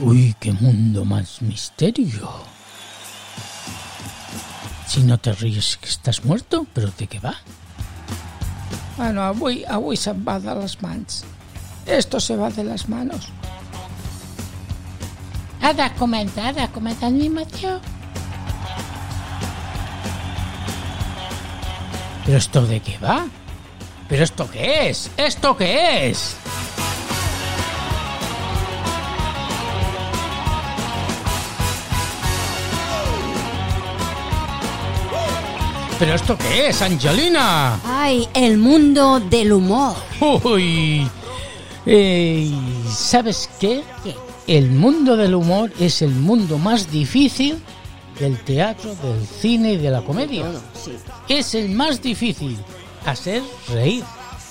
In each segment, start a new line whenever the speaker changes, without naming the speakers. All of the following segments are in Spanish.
Uy, qué mundo más misterio. Si no te ries que estàs muerto, però de què va?
Bueno, avui, avui se'n va de les mans. Esto se va de las manos.
Ada, comenta, Ada, comenta el mi Mateo.
¿Pero esto de qué va? ¿Pero esto qué es? ¿Esto qué es? ¿Pero esto qué es, Angelina?
¡Ay, el mundo del humor!
Uy. Eh, ¿Sabes qué? El mundo del humor es el mundo más difícil del teatro, del cine y de la comedia.
Todo, sí.
Es el más difícil. Hacer reír.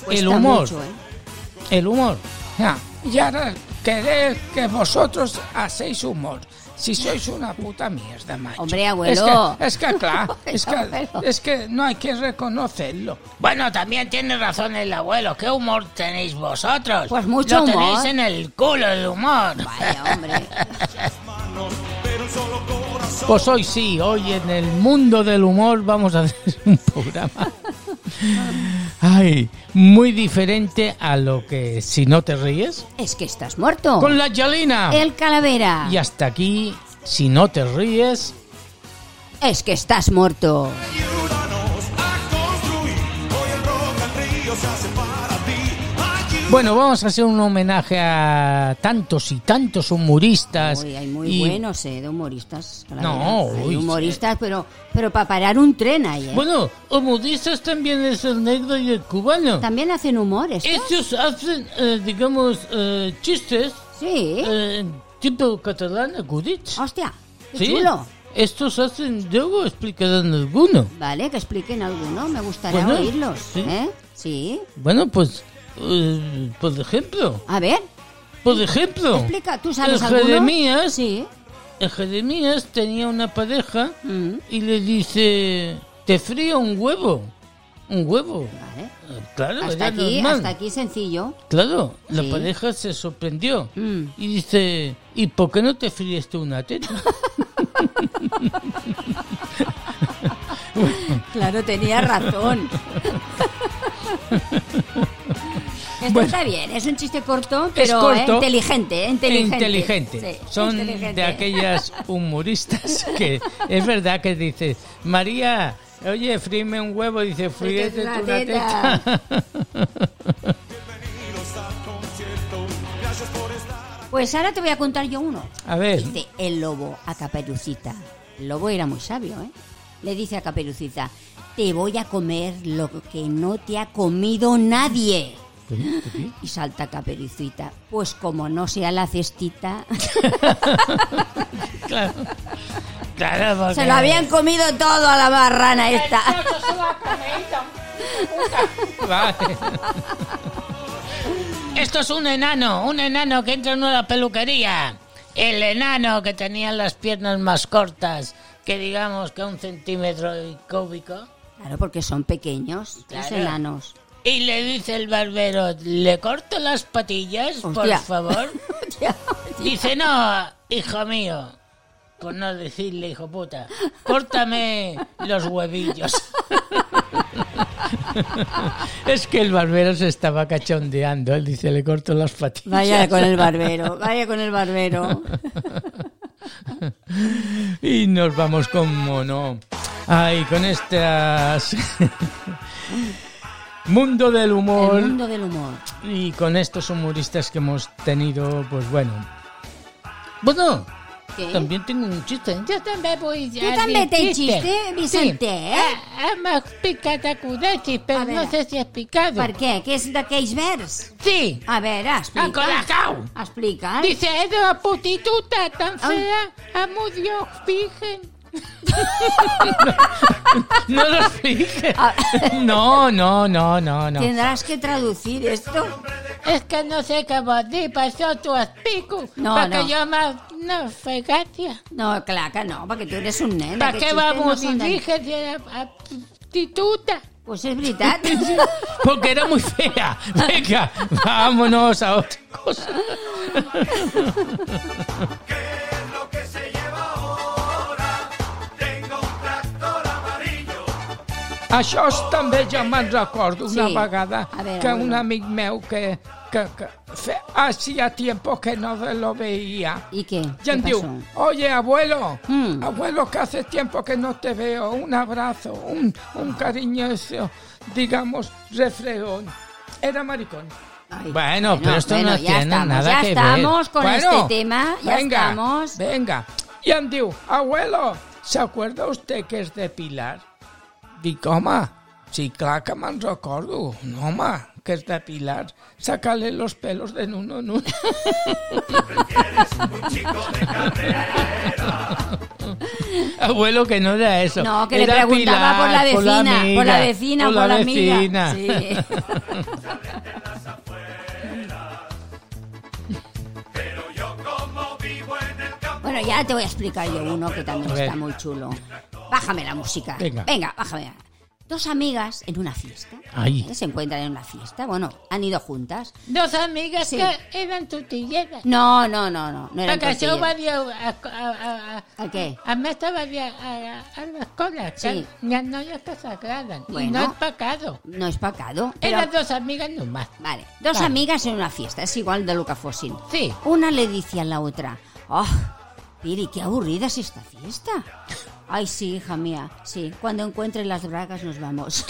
el
Cuesta
humor.
mucho, ¿eh?
El humor.
Ya. Y ahora querer que vosotros hacéis humor. Si sois una puta mierda, macho.
Hombre, abuelo.
Es que, es que claro, es que,
Abuelo.
es que no hay que reconocerlo.
Bueno, también tiene razón el abuelo. ¿Qué humor tenéis vosotros?
Pues mucho Lo tenéis humor. en
el culo el humor.
Vaya, hombre.
Pues hoy sí, hoy en el mundo del humor vamos a hacer un programa. Ay, muy diferente a lo que si no te ríes.
Es que estás muerto.
Con la Yalina.
El calavera.
Y hasta aquí, si no te ríes,
Es que estás muerto.
Ayúdanos a construir. Hoy el rock al río se hace para ti. Ayúdanos.
Bueno, vamos a hacer un homenaje a tantos y tantos humoristas.
Uy, hay muy
y-
buenos, eh, de humoristas. Calavera.
No,
Hay
uy,
humoristas, pero, pero para parar un tren ahí, ¿eh?
Bueno, humoristas también es el negro y el cubano.
También hacen humor, ¿esto?
Ellos hacen, eh, digamos, eh, chistes
Sí.
eh, tipo catalán acudit.
Hostia, qué chulo.
Estos hacen, luego explicarán alguno.
Vale, que expliquen alguno, me gustaría
Bueno,
oírlos.
sí.
¿eh? sí.
Bueno, pues, eh, por ejemplo,
A ver,
por ejemplo,
explica, ¿tú sabes
el
alguno?
Jeremías,
Ah, Sí.
el Jeremías tenía una pareja
Mm,
y le dice, te frío un huevo, un huevo.
vale.
Eh, Claro,
Hasta
era
aquí,
normal.
hasta aquí sencillo.
Claro, la
Sí.
pareja se sorprendió
Mm.
y dice, ¿y por qué no te fríes tú una teta?
Claro, tenía razón. Esto está bien, es un chiste corto, pero
corto.
eh, inteligente, eh, inteligente.
Inteligente.
Sí,
Son
inteligente.
de aquellas humoristas que es verdad que dice, María, oye, fríeme un huevo, dice, fríete
Fríete
tú
una
una
teta".
teta.
Bienvenidos al concierto. Gracias por estar.
Pues ahora te voy a contar yo uno.
A ver,
Dice el lobo a Caperucita. El lobo era muy sabio, ¿eh? Le dice a Caperucita, te voy a comer lo que no te ha comido nadie. Y salta Caperucita, pues como no sea la cestita,
claro. Claro, porque-
se lo habían comido todo a la marrana esta.
Vale. Esto es un enano, un enano que entra en una peluquería. El enano que tenía las piernas más cortas que digamos que un centímetro y cúbico.
Claro, porque son pequeños, los
Claro.
enanos.
Y le dice el barbero, ¿le corto las patillas, por
Hostia.
favor?
Hostia,
Dice, no, hijo mío. Por no decirle, hijo puta, córtame los huevillos. es que el barbero se estaba cachondeando. Él dice, le corto las patillas.
Vaya con el barbero, vaya con el barbero.
Y nos vamos con mono. Ay, con estas... Mundo del humor.
El mundo del humor.
Y con estos humoristas que hemos tenido, pues bueno. Bueno,
¿Qué?
también tengo un chiste.
Yo también voy a
Tú también
mi
te chiste, Vicente, eh?
Ah, ah, m'ha explicat acudeci,
A
però
veure.
no sé si he explicat.
Per què? Què és d'aquells vers?
Sí,
A veure,
a
explica.
Colacao.
Explica. Ah.
Dice, era una prostituta tan fea, a Dios virgen.
No lo expliques.
Ah.
No, no, no, no, no.
Tendrás que traducir esto.
Es que no sé qué pues vos dir, per això t'ho explico.
No,
perquè
no.
jo me- no fregatia.
No, clar que no, perquè tu eres un nen.
Per què
aquests xistes
va
no
morir
són de-
virgen si era ah, prostituta?
Pues és veritat.
Porque era muy fea. Venga, vámonos a otra cosa.
¿Qué es lo que se lleva ahora? Tengo un tractor amarillo.
Això és també ja me'n recordo una
Sí.
vegada
A veure,
que
a veure.
un amic meu que, que, que fe, hacía tiempo que no lo veía.
¿Y qué?
Y
¿Qué
em diu,
pasó?
oye, abuelo,
Mm.
abuelo, que hace tiempo que no te veo, un abrazo, un, un cariñoso, digamos, refregón. Era maricón.
Ay,
Bueno, pero esto no
ya
tiene
estamos,
nada
ya
que ver.
estamos con
Bueno,
este tema, ya
venga,
estamos.
Venga. Y em diu, abuelo, ¿se acuerda usted que es de Pilar? Dic, home, sí, clar que me'n recordo. No, home, que és de Pilar. Sácale los pelos de uno en uno.
Abuelo, que no era eso.
No, que le
Era
preguntaba por
Pilar,
la vecina, por la,
amiga,
vecina, por la, amiga.
vecina.
Sí. bueno, ya te voy a explicar yo uno que también
A ver.
está muy chulo. Bájame la música.
Venga.
bájame. Dos amigas en una fiesta.
Ay.
¿eh? Se encuentran en una fiesta. Bueno, han ido juntas.
Dos amigas
Sí.
que eran tutilleras.
No, no, no, no. No eran
Perquè això ho va
tortilleras.
dir a, a, a,
¿A qué?
a mestre va dir a, a, a l'escola que
Sí.
hi ha noies que s'agraden bueno. i
Bueno.
no és pecado.
No es pecado. pero-
Eran dos amigas nomás.
Vale, dos
Vale.
amigas en una fiesta, es igual de lo que fuesen.
Sí.
Una le dice a la otra, ¡Oh, Piri, qué aburrida es esta fiesta! Ay, sí, hija mía, sí, cuando encuentre las bragas nos vamos.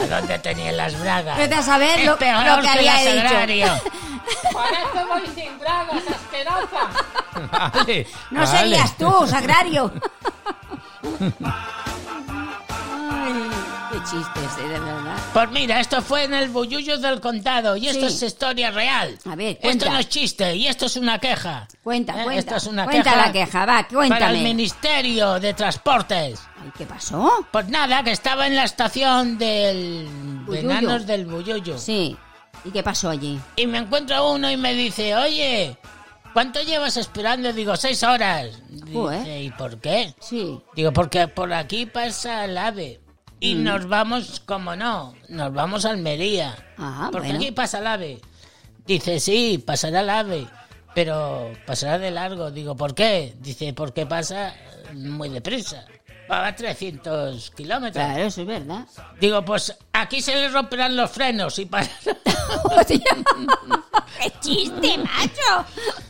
¿A dónde tenía las bragas?
Vete a saber lo, lo que
Peor que
había
la
dicho.
Sagrario.
Ahora te voy sin bragas, asquerosa.
Vale,
No
vale.
serías tú, Sagrario. Ay, qué chistes, eh, de verdad.
Pues mira, esto fue en el Bullullo del Contado y esto
Sí.
es historia real.
A ver,
esto
cuenta.
no es chiste y esto es una queja.
Cuenta,
Eh,
cuenta.
Esto es una
cuenta
queja
la queja, va, cuéntame.
para el Ministerio de Transportes.
Ay, ¿qué pasó?
Pues nada, que estaba en la estación del... de
Bullullo.
Enanos del Bullullo.
Sí, ¿y qué pasó allí?
Y me encuentro uno y me dice, oye, ¿cuánto llevas esperando? Digo, seis horas.
Joder.
Dice, ¿y por qué?
¿eh? Sí,
Digo, porque por aquí pasa el ave. Y
Mm.
nos vamos, como no, nos vamos a Almería.
Ah,
porque
bueno.
aquí pasa el ave. Dice, sí, pasará el ave, pero pasará de largo. Digo, ¿por qué? Dice, porque pasa muy deprisa. Va a 300 kilómetros.
claro, eso es verdad.
Digo, pues aquí se le romperán los frenos y para...
¡Qué chiste, macho!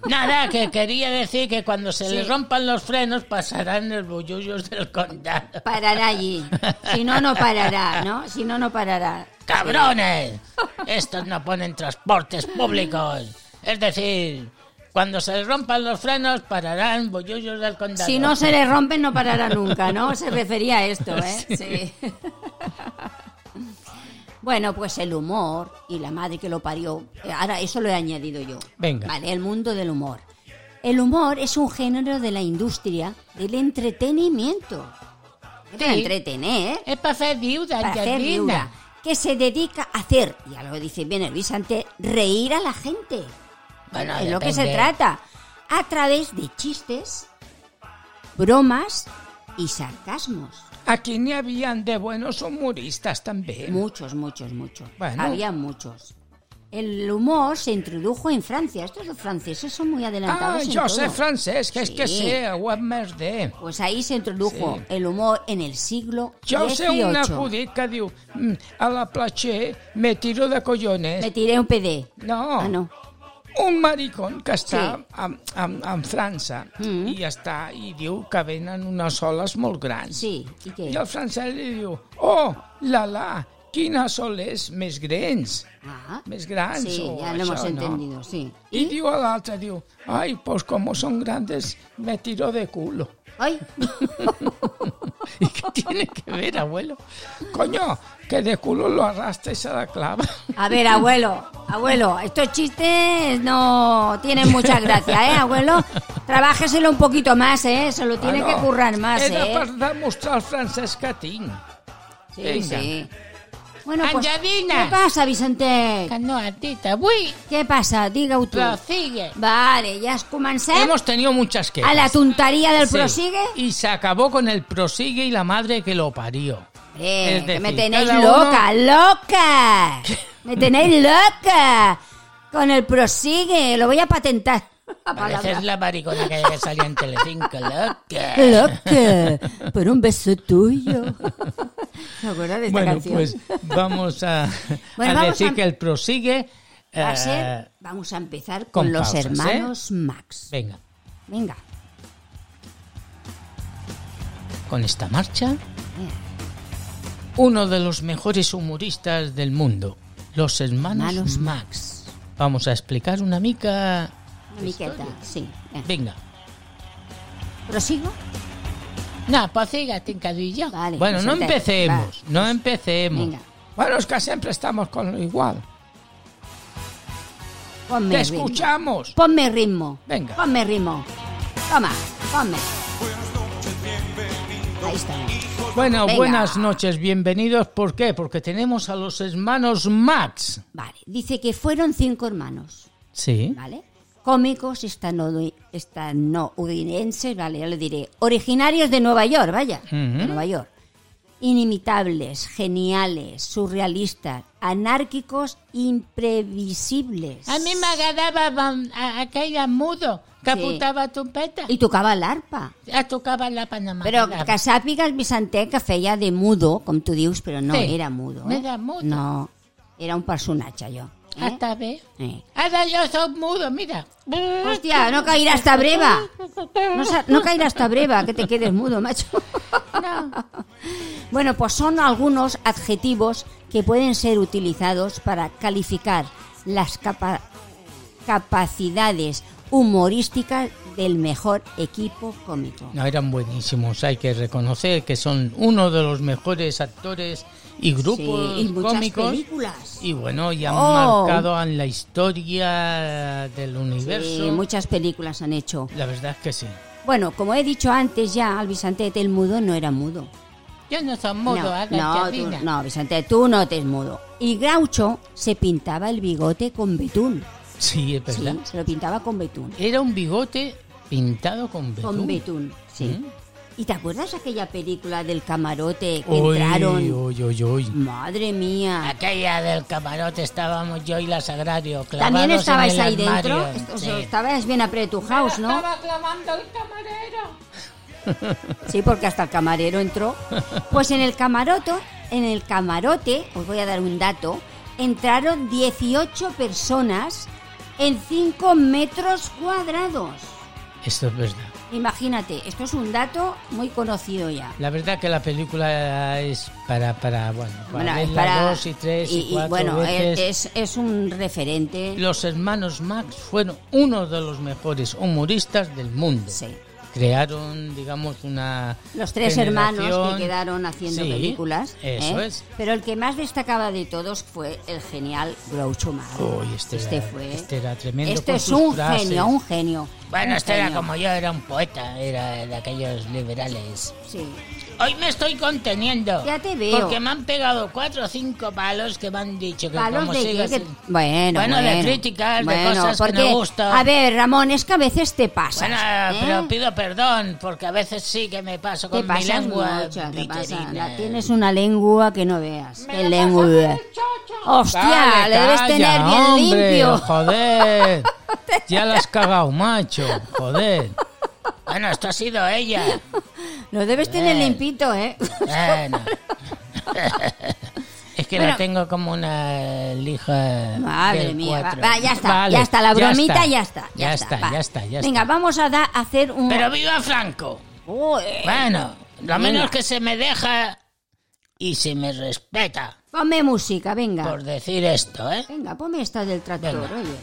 Nada, que quería decir que cuando se le rompan los frenos pasarán los bullullos del condado.
Parará allí. Si no, no parará, ¿no? Si no, no parará.
¡Cabrones! Estos no ponen transportes públicos. Es decir, cuando se les rompan los frenos, pararán bollullos del condado.
Si no se le rompen, no parará nunca, ¿no? Se refería a esto, ¿eh? Sí. Bueno, pues el humor y la madre que lo parió. eh, Ahora, eso lo he añadido yo.
Venga.
Vale, el mundo del humor. El humor es un género de la industria del entretenimiento. Es para
Sí.
entretener, ¿eh?
Es para fer viuda,
para hacer viuda,
Angelina.
que se dedica a hacer, ya lo dice bien el Vicente, reír a la gente.
Bueno,
es lo que
depende.
se trata. A través de chistes, bromas y sarcasmos.
Aquí n'hi havien de buenos humoristas també.
Muchos, muchos, muchos.
Bueno.
Había muchos. El humor se introdujo en Francia. Estos los franceses son muy
Ah,
adelantados. en
jo sé
todo.
francès, que és que
Sí.
sé, ho hem més de.
Pues ahí se introdujo el humor en el siglo
Jo sé un
XVIII.
acudit que diu, "Mm, a la platxer me tiro de collones.
Me tiré un PD.
No,
Ah, no.
un maricón que està
Sí.
en, en, en França
Mm.
i està i diu que venen unes oles molt grans.
Sí, ¿y qué?
I el francès li diu, oh, la la, quines oles més grans.
Ah.
Més grans.
Sí,
o
ya lo hemos
això,
entendido, sí.
No? I diu a l'altre, diu, ai, pues como son grandes, me tiro de culo.
Ay,
¿Y qué tiene que ver, abuelo?
Coño, que de culo lo arrastra y se la clava.
a ver, abuelo, abuelo, estos chistes no tienen mucha gracia, ¿eh, abuelo? Trabájeselo un poquito más, ¿eh? Se lo tiene
Bueno,
que currar más,
Ah, Era
¿eh?
per demostrar el francès que tinc.
Sí,
venga.
sí. Bueno, pues,
Angelina.
¿qué pasa, Vicente?
Que no has dit avui,
Què passa? Digue-ho tu.
prosigue.
Vale, ja has començat
Hemos tenido muchas quejas.
a la tonteria del
Sí.
prosigue?
Y se acabó con el prosigue y la madre que lo parió.
Eh,
Es
que me
decir,
tenéis
cada uno-
loca, loca. Me tenéis loca. Con el prosigue, lo voy a patentar. La
Esa
palabra.
es la maricona que que salía en Telecinco, loca.
Loca, por un beso tuyo. ¿Te acuerdas Ah, de esta
Bueno,
canción?
pues vamos a,
Bueno,
a
vamos
decir
a-
que el prosigue.
Va a
eh,
ser- vamos a empezar con,
con
los
pausas, ¿eh?
hermanos Max.
Venga,
Venga.
con esta marcha, uno de los mejores humoristas del mundo, los hermanos,
Hermanos
Max. Vamos a explicar una mica.
Una miqueta, sí. venga.
Venga.
¿Prosigo?
No,
pues
prosigue, tincadillo.
Vale, pues
bueno, no
presente.
empecemos, no empecemos.
Venga.
Bueno, es que siempre estamos con lo igual.
Ponme
Te
ritmo.
escuchamos.
Ponme ritmo.
Venga.
Ponme ritmo. Toma, ponme. Ahí está.
Bueno,
Venga.
buenas noches, bienvenidos. ¿Por qué? Porque tenemos a los hermanos Max.
Vale. Dice que fueron cinco hermanos,
Sí.
¿vale? Cómicos estanodu- estadounidenses, vale, ya lo diré. Originarios de Nueva York, vaya. De
Ujú.
Nueva York. Inimitables, geniales, surrealistas, anárquicos, imprevisibles.
A mí me agradaba van- a- aquella mudo que
Sí.
apuntava trompeta
Y tocaba el arpa.
a tocava la Panamà.
Però
La-
que sàpigues, Vicentet, que feia de mudo, com tu dius, però no
Sí,
era mudo.
no
Eh?
era mudo.
No, era un personatge, jo.
Ah,
Eh?
Està bé.
Eh.
Ara jo sóc mudo, mira.
Hòstia, no cairà hasta breva. No, sa- no cairà hasta breva, que te quedes mudo, macho. Bueno, pues son algunos adjetivos que pueden ser utilizados para calificar las capa- capacidades humorísticas del mejor equipo cómico.
No, eran buenísimos, hay que reconocer que son uno de los mejores actores y grupos
Sí, y muchas
cómicos.
películas.
Y bueno, y han
Oh.
marcado en la historia del universo.
Sí, muchas películas han hecho.
La verdad es que sí.
Bueno, como he dicho antes ya, al Vicentet el mudo no era mudo.
Jo no sóc mudo,
no,
¿eh?
ara,
no, tú,
Carina.
no, Vicente, tú no te es mudo. Y Gaucho se pintaba el bigote con betún.
Sí, es
Sí,
verdad.
se lo pintaba con betún.
Era un bigote pintado con betún. Mm.
Con betún, sí. ¿Y te acuerdas aquella película del camarote que
Uy,
entraron?
uy, uy, uy.
Madre mía.
Aquella del camarote estábamos yo y la Sagrario clavados
También
en
estabais
el
ahí
armario.
dentro. O sea,
Sí.
estabais bien apretujados, ¿no?
Estava clavando el camarero.
Sí, porque hasta el camarero entró. Pues en el camarote, en el camarote, os voy a dar un dato, entraron 18 personas en 5 metros cuadrados.
Esto es verdad.
Imagínate, esto es un dato muy conocido ya.
La verdad que la película es para, para bueno, para
Bueno, es
verla
para-
dos y tres y,
y- y
cuatro
bueno, eh,
veces.
es, es un referente.
Los hermanos Max fueron uno de los mejores humoristas del mundo.
Sí.
Crearon, digamos, una
Los tres hermanos
generación-
que quedaron haciendo
Sí,
películas.
Eso
¿eh?
es.
Pero el que más destacaba de todos fue el genial Groucho Marx.
Uy, este, era,
fue.
este era tremendo.
Este
con
es
sus
un
frases.
genio, un genio.
Ah, Bueno,
Un
este era
genio.
como yo, era un poeta, era de aquellos liberales.
Sí.
Hoy me estoy conteniendo.
Ya te veo.
Porque me han pegado cuatro o cinco palos que me han dicho que
Palos
como
de
sigas-
qué? Bueno,
Bueno, de críticas, de cosas que no
porque-
gustan.
A ver, Ramón, es que a veces te pasas.
Bueno,
¿eh?
pero pido perdón, porque a veces sí que me paso
te
con mi
pasas
lengua.
mucho, te
gliterina.
pasas. La- tienes una lengua que no veas. ¡Qué lengua! ¡Hostia!
Dale,
le debes
calla,
tener bien
hombre,
limpio.
Joder, ya la has cagado, macho, joder. Bueno, esto ha sido ella.
Lo debes tener
Bien.
limpito, ¿eh?
Bueno. Es que la
Bueno.
tengo como una lija.
Madre
del
mía, va-
cuatro.
va, ya está,
Vale,
ya está, la bromita
ya
ya
está.
está.
Ya está,
va.
ya está, ya
Venga,
está.
vamos a, da- hacer un...
Pero viva Franco.
Ué,
Bueno, lo
Venga.
menos que se me deja y se me respeta
ponme música, venga.
por decir esto, ¿eh?
Venga, ponme esta del tractor,
Venga.
oye.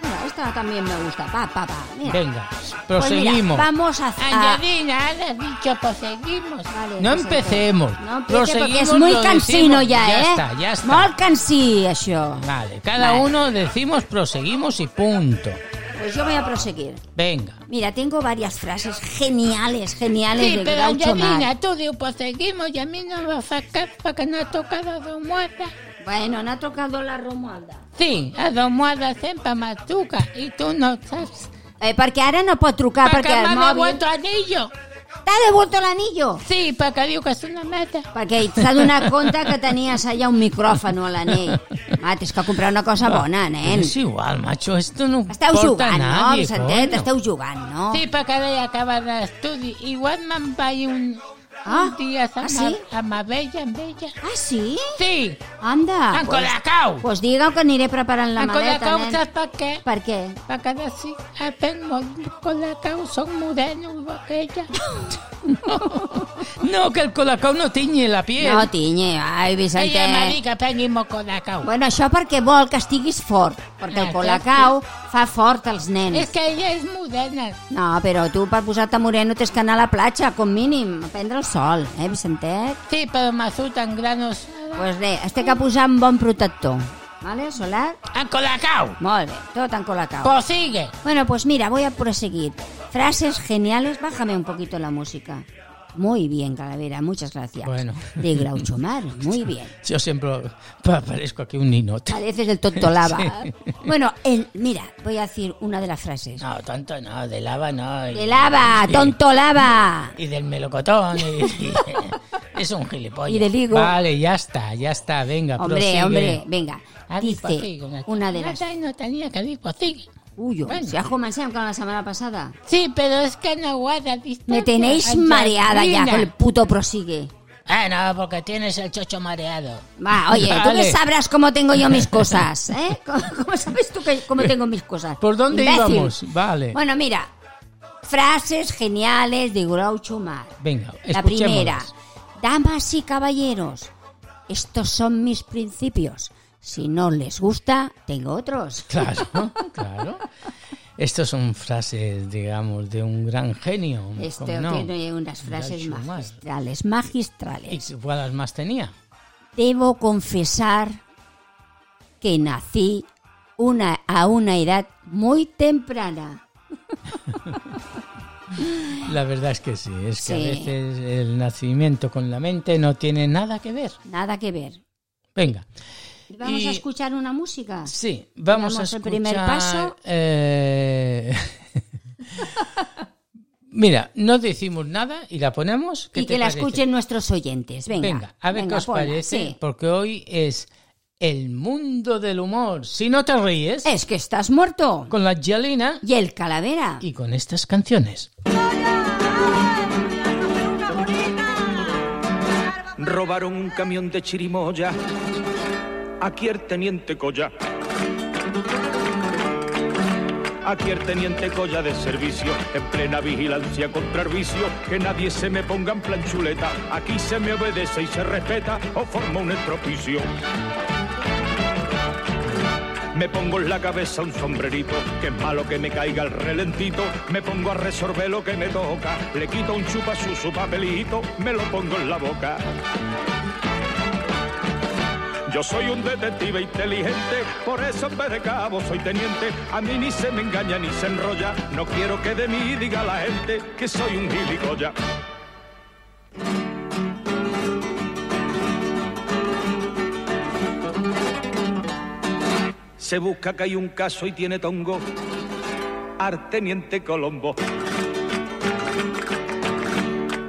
Mira, esta también me gusta. Pa, pa, pa. Mira.
Venga,
Pues mira,
proseguimos.
vamos a... a-
Angelina, ahora has dicho, proseguimos.
Vale,
pues No
pues
empecemos.
entonces, No empecé porque
Proseguimos,
és molt
lo
cansino
decimos.
ja,
Ja
eh?
està, ja està.
Molt cansí, això.
Vale, cada
Vale.
uno decimos proseguimos y punto.
Pues yo voy a proseguir.
Venga.
Mira, tengo varias frases geniales, geniales
Sí,
de
pero
Groucho Marx.
Angelina, tú dius, proseguimos i a mi no em va sacar perquè no ha tocat la domuada.
Bueno, no ha tocado la Romualda.
Sí, la domuada sempre m'atuca i tu no saps.
Eh, perquè ara no pot trucar, perquè,
perquè
el
m'ha
mòbil...
devuelto anillo.
T'ha devolgut l'anillo?
Sí, perquè diu que és una meta.
Perquè s'ha donat compte que tenies allà un micròfon a l'anell. Va, tens que comprar una cosa bona, nen.
És igual, macho, esto no
Esteu
porta
jugant,
a
no,
nadie,
Vicentet?
coño.
Esteu jugant, no?
Sí, perquè deia acabar l'estudi. Igual me'n vaig un,
Ah,
un dia
ah,
amb,
sí?
amb abella, amb ella.
Ah, sí?
Sí,
Anda.
en
Ah, pues-
Colacau.
Pues digue'm que aniré preparant la
En
maleta,
Colacau,
nen.
saps per què?
Per què?
Perquè d'ací el fem molt Colacau, soc moreno, igual que ella.
No, que el colacao no tiñe la piel.
No, tinye. Ai,
Ella m'ha dit
Vicentet.
que prengui molt Colacau.
Bueno, això perquè vol que estiguis fort, perquè el
Ah,
colacau fa fort els
És
nens.
que ella és morena.
No, però tu per posar-te moreno tens que anar a la platja, com mínim, a prendre el sol, eh, Vicentet?
Sí, però me surten granos.
Pues res, es té que posar un bon protector. Vale, solar?
En Colacau,
Molt bé, tot en colacao.
prosigue.
Bueno, pues mira, voy a proseguir. Frases geniales, bájame un poquito la música. Muy bien, Calavera, muchas gracias.
Bueno.
De Groucho Mar, muy bien.
Yo siempre aparezco aquí un ninote.
Pareces el tontolaba.
Sí.
Bueno, el, mira, voy a decir una de las frases.
No, tanto no, de lava no. Y,
¡De lava,
Sí.
tonto lava!
y del melocotón. y- y- es un gilipollas.
Y del higo.
Vale, ya está, ya está, venga,
Hombre,
prosigue.
hombre, venga.
Ah,
Dice
despacito,
una de las...
Nata no tenia que dir prosigue.
Uy,
Bueno.
si ya comencé con la semana pasada.
Sí, pero es que no guarda distancia.
Me tenéis mareada ya con el puto prosigue.
Ah, no, porque tienes el chocho mareado.
Va, oye, tú
Vale.
que sabrás cómo tengo yo mis cosas, ¿eh? ¿Cómo, cómo sabes tú que, cómo tengo mis cosas?
¿Por dónde
Imbécil.
íbamos? Vale.
Bueno, mira, frases geniales de Groucho Marx.
Venga,
La
escuchémoslas.
primera, damas y caballeros, estos son mis principios. Si no les gusta, tengo otros.
Claro, claro. Estas son frases, digamos, de un gran genio.
Esto
¿cómo no?
Este tiene unas frases
Groucho Marx.
magistrales,
¿Y
magistrales.
cuáles más tenía?
Debo confesar que nací una, a una edad muy temprana.
La verdad es que sí, es que a
Sí.
veces el nacimiento con la mente no tiene nada que ver.
Nada que ver.
Venga,
Vamos
Y-
a escuchar una música.
sí, vamos a
Damos el
escuchar...
primer paso.
eh, Mira, no decimos nada y la ponemos. ¿Qué
Y
te
que la
parece?
escuchen nuestros oyentes. Venga,
Venga, a ver
venga,
qué os
ponla,
parece,
sí.
porque hoy es el mundo del humor. Si no te ríes,
Es que estás muerto.
con la Gialina
Y el calavera.
y con estas canciones.
Robaron un camión de chirimoya. Aquí el teniente Colla. Aquí el teniente Colla de servicio, en plena vigilancia contra el vicio, que nadie se me ponga en plan chuleta. Aquí se me obedece y se respeta o forma un estropicio. Me pongo en la cabeza un sombrerito, que es malo que me caiga el relentito. Me pongo a resolver lo que me toca, le quito un chupa su papelito, me lo pongo en la boca. Yo soy un detective inteligente, por eso en vez de cabo soy teniente. A mí ni se me engaña ni se enrolla. No quiero que de mí diga la gente que soy un gilipollas. Se busca que hay un caso y tiene tongo. Al teniente Colombo.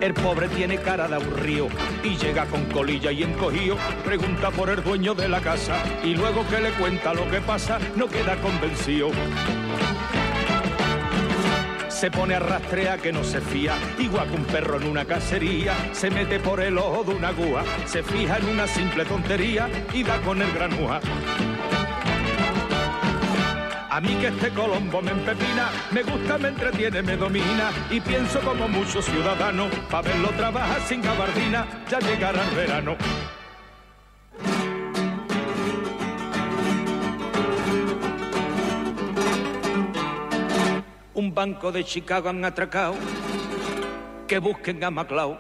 El pobre tiene cara de aburrido y llega con colilla y encogido. Pregunta por el dueño de la casa y luego que le cuenta lo que pasa, no queda convencido. Se pone a rastrear que no se fía, igual que un perro en una cacería. Se mete por el ojo de una aguja, se fija en una simple tontería y da con el granuja. A mí que este Colombo me empepina, me gusta, me entretiene, me domina y pienso como muchos ciudadanos, pa' verlo trabajar sin gabardina, ya llegará el verano. Un banco de Chicago han atracado, que busquen a Maclao.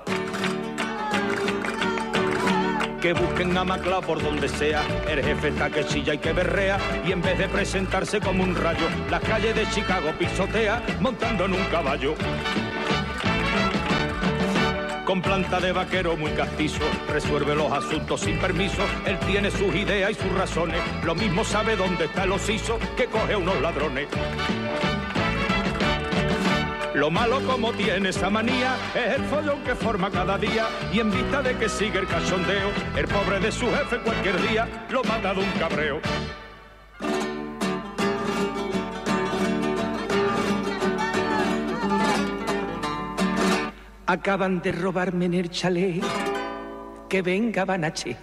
Que busquen a Macla por donde sea, el jefe está que chilla y que berrea, y en vez de presentarse como un rayo, las calles de Chicago pisotea montando en un caballo. Con planta de vaquero muy castizo, resuelve los asuntos sin permiso, él tiene sus ideas y sus razones, lo mismo sabe dónde está el osiso que coge unos ladrones. Lo malo como tiene esa manía es el follón que forma cada día y en vista de que sigue el cachondeo, el pobre de su jefe cualquier día lo mata de un cabreo.
Acaban de robarme en el chalet. Que venga Banache.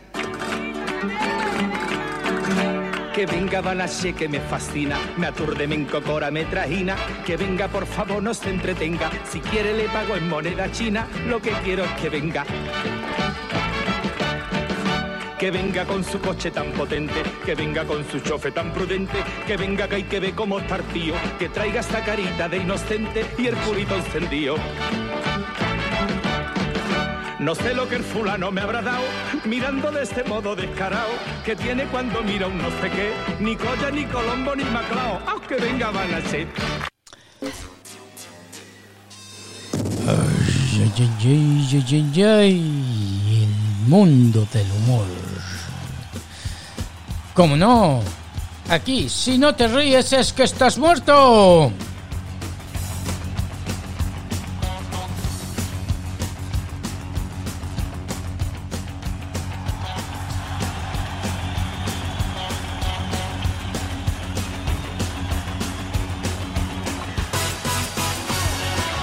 Que venga Banache que me fascina, me aturde, me encocora, me trajina. Que venga, por favor, no se entretenga. Si quiere le pago en moneda china, lo que quiero es que venga. Que venga con su coche tan potente, que venga con su chofe tan prudente, que venga que hay que ve cómo estar tío, que traiga esta carita de inocente y el purito encendido. No sé lo que el fulano me habrá dado, mirando de este modo descarado, que tiene cuando mira un no sé qué, ni Colla, ni Colombo, ni Maclao, aunque venga Banache.
Ay, ay, ay, ay, ay, ay, el mundo del humor. ¿Cómo no? Aquí, si no te ríes es que estás muerto.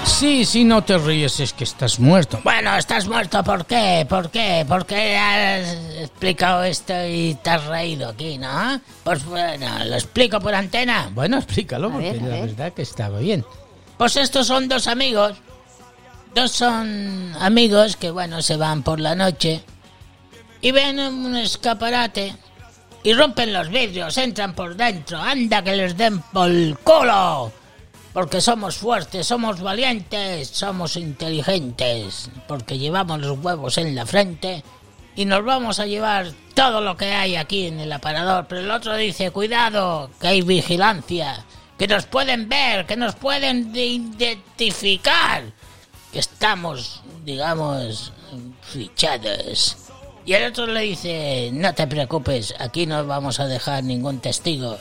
Sí, si no te ríes es que estás muerto. Bueno, estás muerto, ¿por qué? ¿Por qué? ¿Por qué has explicado esto y te has reído aquí, no? Pues bueno, lo explico por antena. Bueno, explícalo,
A
porque
ver, a
la
ver.
verdad que estaba bien. Pues estos son dos amigos. Dos son amigos que, bueno, se van por la noche y ven un escaparate y rompen los vidrios, entran por dentro. ¡Anda que les den por el culo! Porque somos fuertes, somos valientes, somos inteligentes, porque llevamos los huevos en la frente y nos vamos a llevar todo lo que hay aquí en el aparador. Pero el otro dice, cuidado, que hay vigilancia, que nos pueden ver, que nos pueden de- identificar, que estamos, digamos, fichados. Y el otro le dice, no te preocupes, aquí no vamos a dejar ningún testigo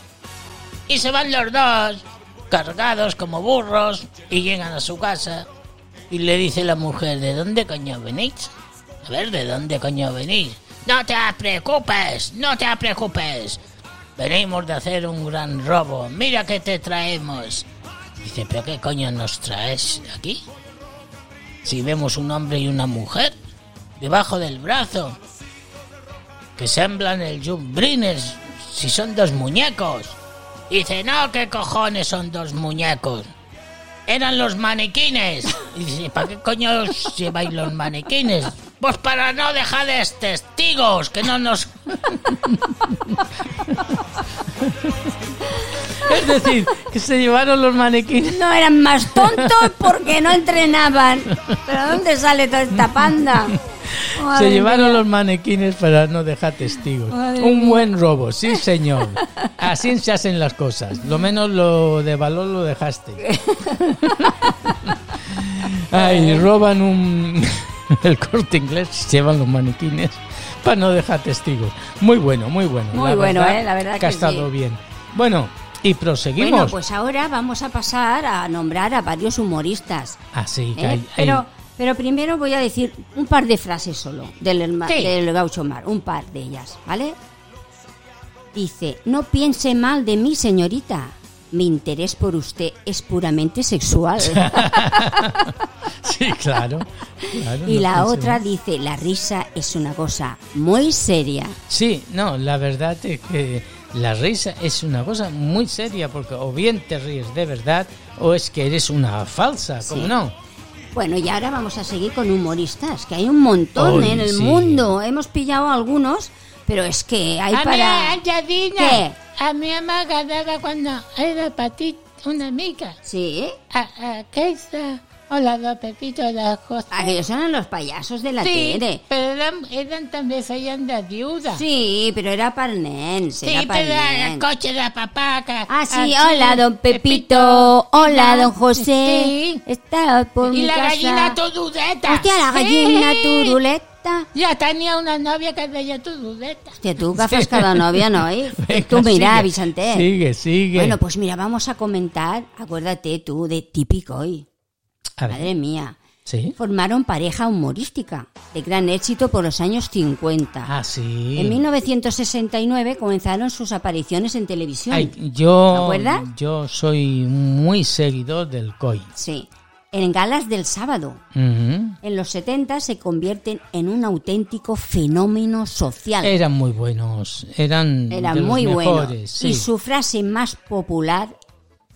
y se van los dos cargados como burros y llegan a su casa y le dice la mujer, ¿de dónde coño venís? A ver, ¿de dónde coño venís? No te preocupes, no te preocupes. Venimos de hacer un gran robo, mira que te traemos. Dice, ¿pero qué coño nos traes aquí? Si vemos un hombre y una mujer debajo del brazo, que semblan el Jumbrines, si son dos muñecos. Dice, no, ¿qué cojones son dos muñecos? Eran los maniquines. Y dice, ¿para qué coño os lleváis los maniquines? Pues para no dejar de testigos, que no nos... es decir, que se llevaron los maniquines.
No eran más tontos porque no entrenaban. ¿Pero dónde sale toda esta panda? Madre mía.
los maniquines para no dejar testigos.
Madre
Un
mía.
buen robo, sí señor. Así se hacen las cosas. Lo menos lo de valor lo dejaste. Ay, roban un el corte inglés, se llevan los maniquines para no dejar testigos. Muy bueno, muy bueno.
Muy bueno, eh, la verdad
que ha
que
estado
sí.
bien. Bueno, y proseguimos.
Bueno, pues ahora vamos a pasar a nombrar a varios humoristas.
Así Ah, que
¿eh?
hay- hay-
Pero, pero primero voy a decir un par de frases solo del, herma-
Sí.
del Gaucho Mar, un par de ellas, ¿vale? Dice, no piense mal de mí, señorita. Mi interés por usted es puramente sexual.
sí, claro. claro,
y
no
la
pienso
otra
mal.
dice, la risa es una cosa muy seria.
Sí, no, la verdad es que la risa es una cosa muy seria porque o bien te ríes de verdad o es que eres una falsa, ¿cómo
Sí.
no?
Bueno, y ahora vamos a seguir con humoristas, que hay un montón
Ay,
en el
sí.
mundo. Hemos pillado algunos, pero es que hay
a
para...
mí, Angelina,
¿Qué?
a mi mamá ganaba cuando era para ti una amiga.
Sí,
A, a Keisa, hola, don Pepito, la José.
aquellos eran los payasos de la
Sí,
tele.
pero eran, eran también salían de viuda.
Sí, pero era para nens,
Sí,
era para
pero el
nens.
coche de papá. que-
Ah,
así,
sí, hola, don Pepito. Hola, don José.
Sí.
Está por
Y
mi
la
casa.
gallina turuleta.
Hostia, la
Sí.
gallina turuleta.
Ya tenía una novia que se llama turuleta.
Hostia, tú gafas cada novia, ¿no? eh? tú
Venga,
mira,
sigue,
Vicente.
Sigue, sigue.
Bueno, pues mira, vamos a comentar, acuérdate tú, de típico hoy.
A ver.
Madre mía.
¿Sí?
Formaron pareja humorística, de gran éxito por los años 50.
Ah, sí.
En 1969 comenzaron sus apariciones en televisión.
Ay, yo,
¿Te acuerdas?
yo soy muy seguidor del COI.
Sí. En galas del sábado.
Ujú.
En los 70 se convierten en un auténtico fenómeno social.
Eran muy buenos, eran, de
Eran
los
muy
mejores,
buenos.
sí.
Y su frase más popular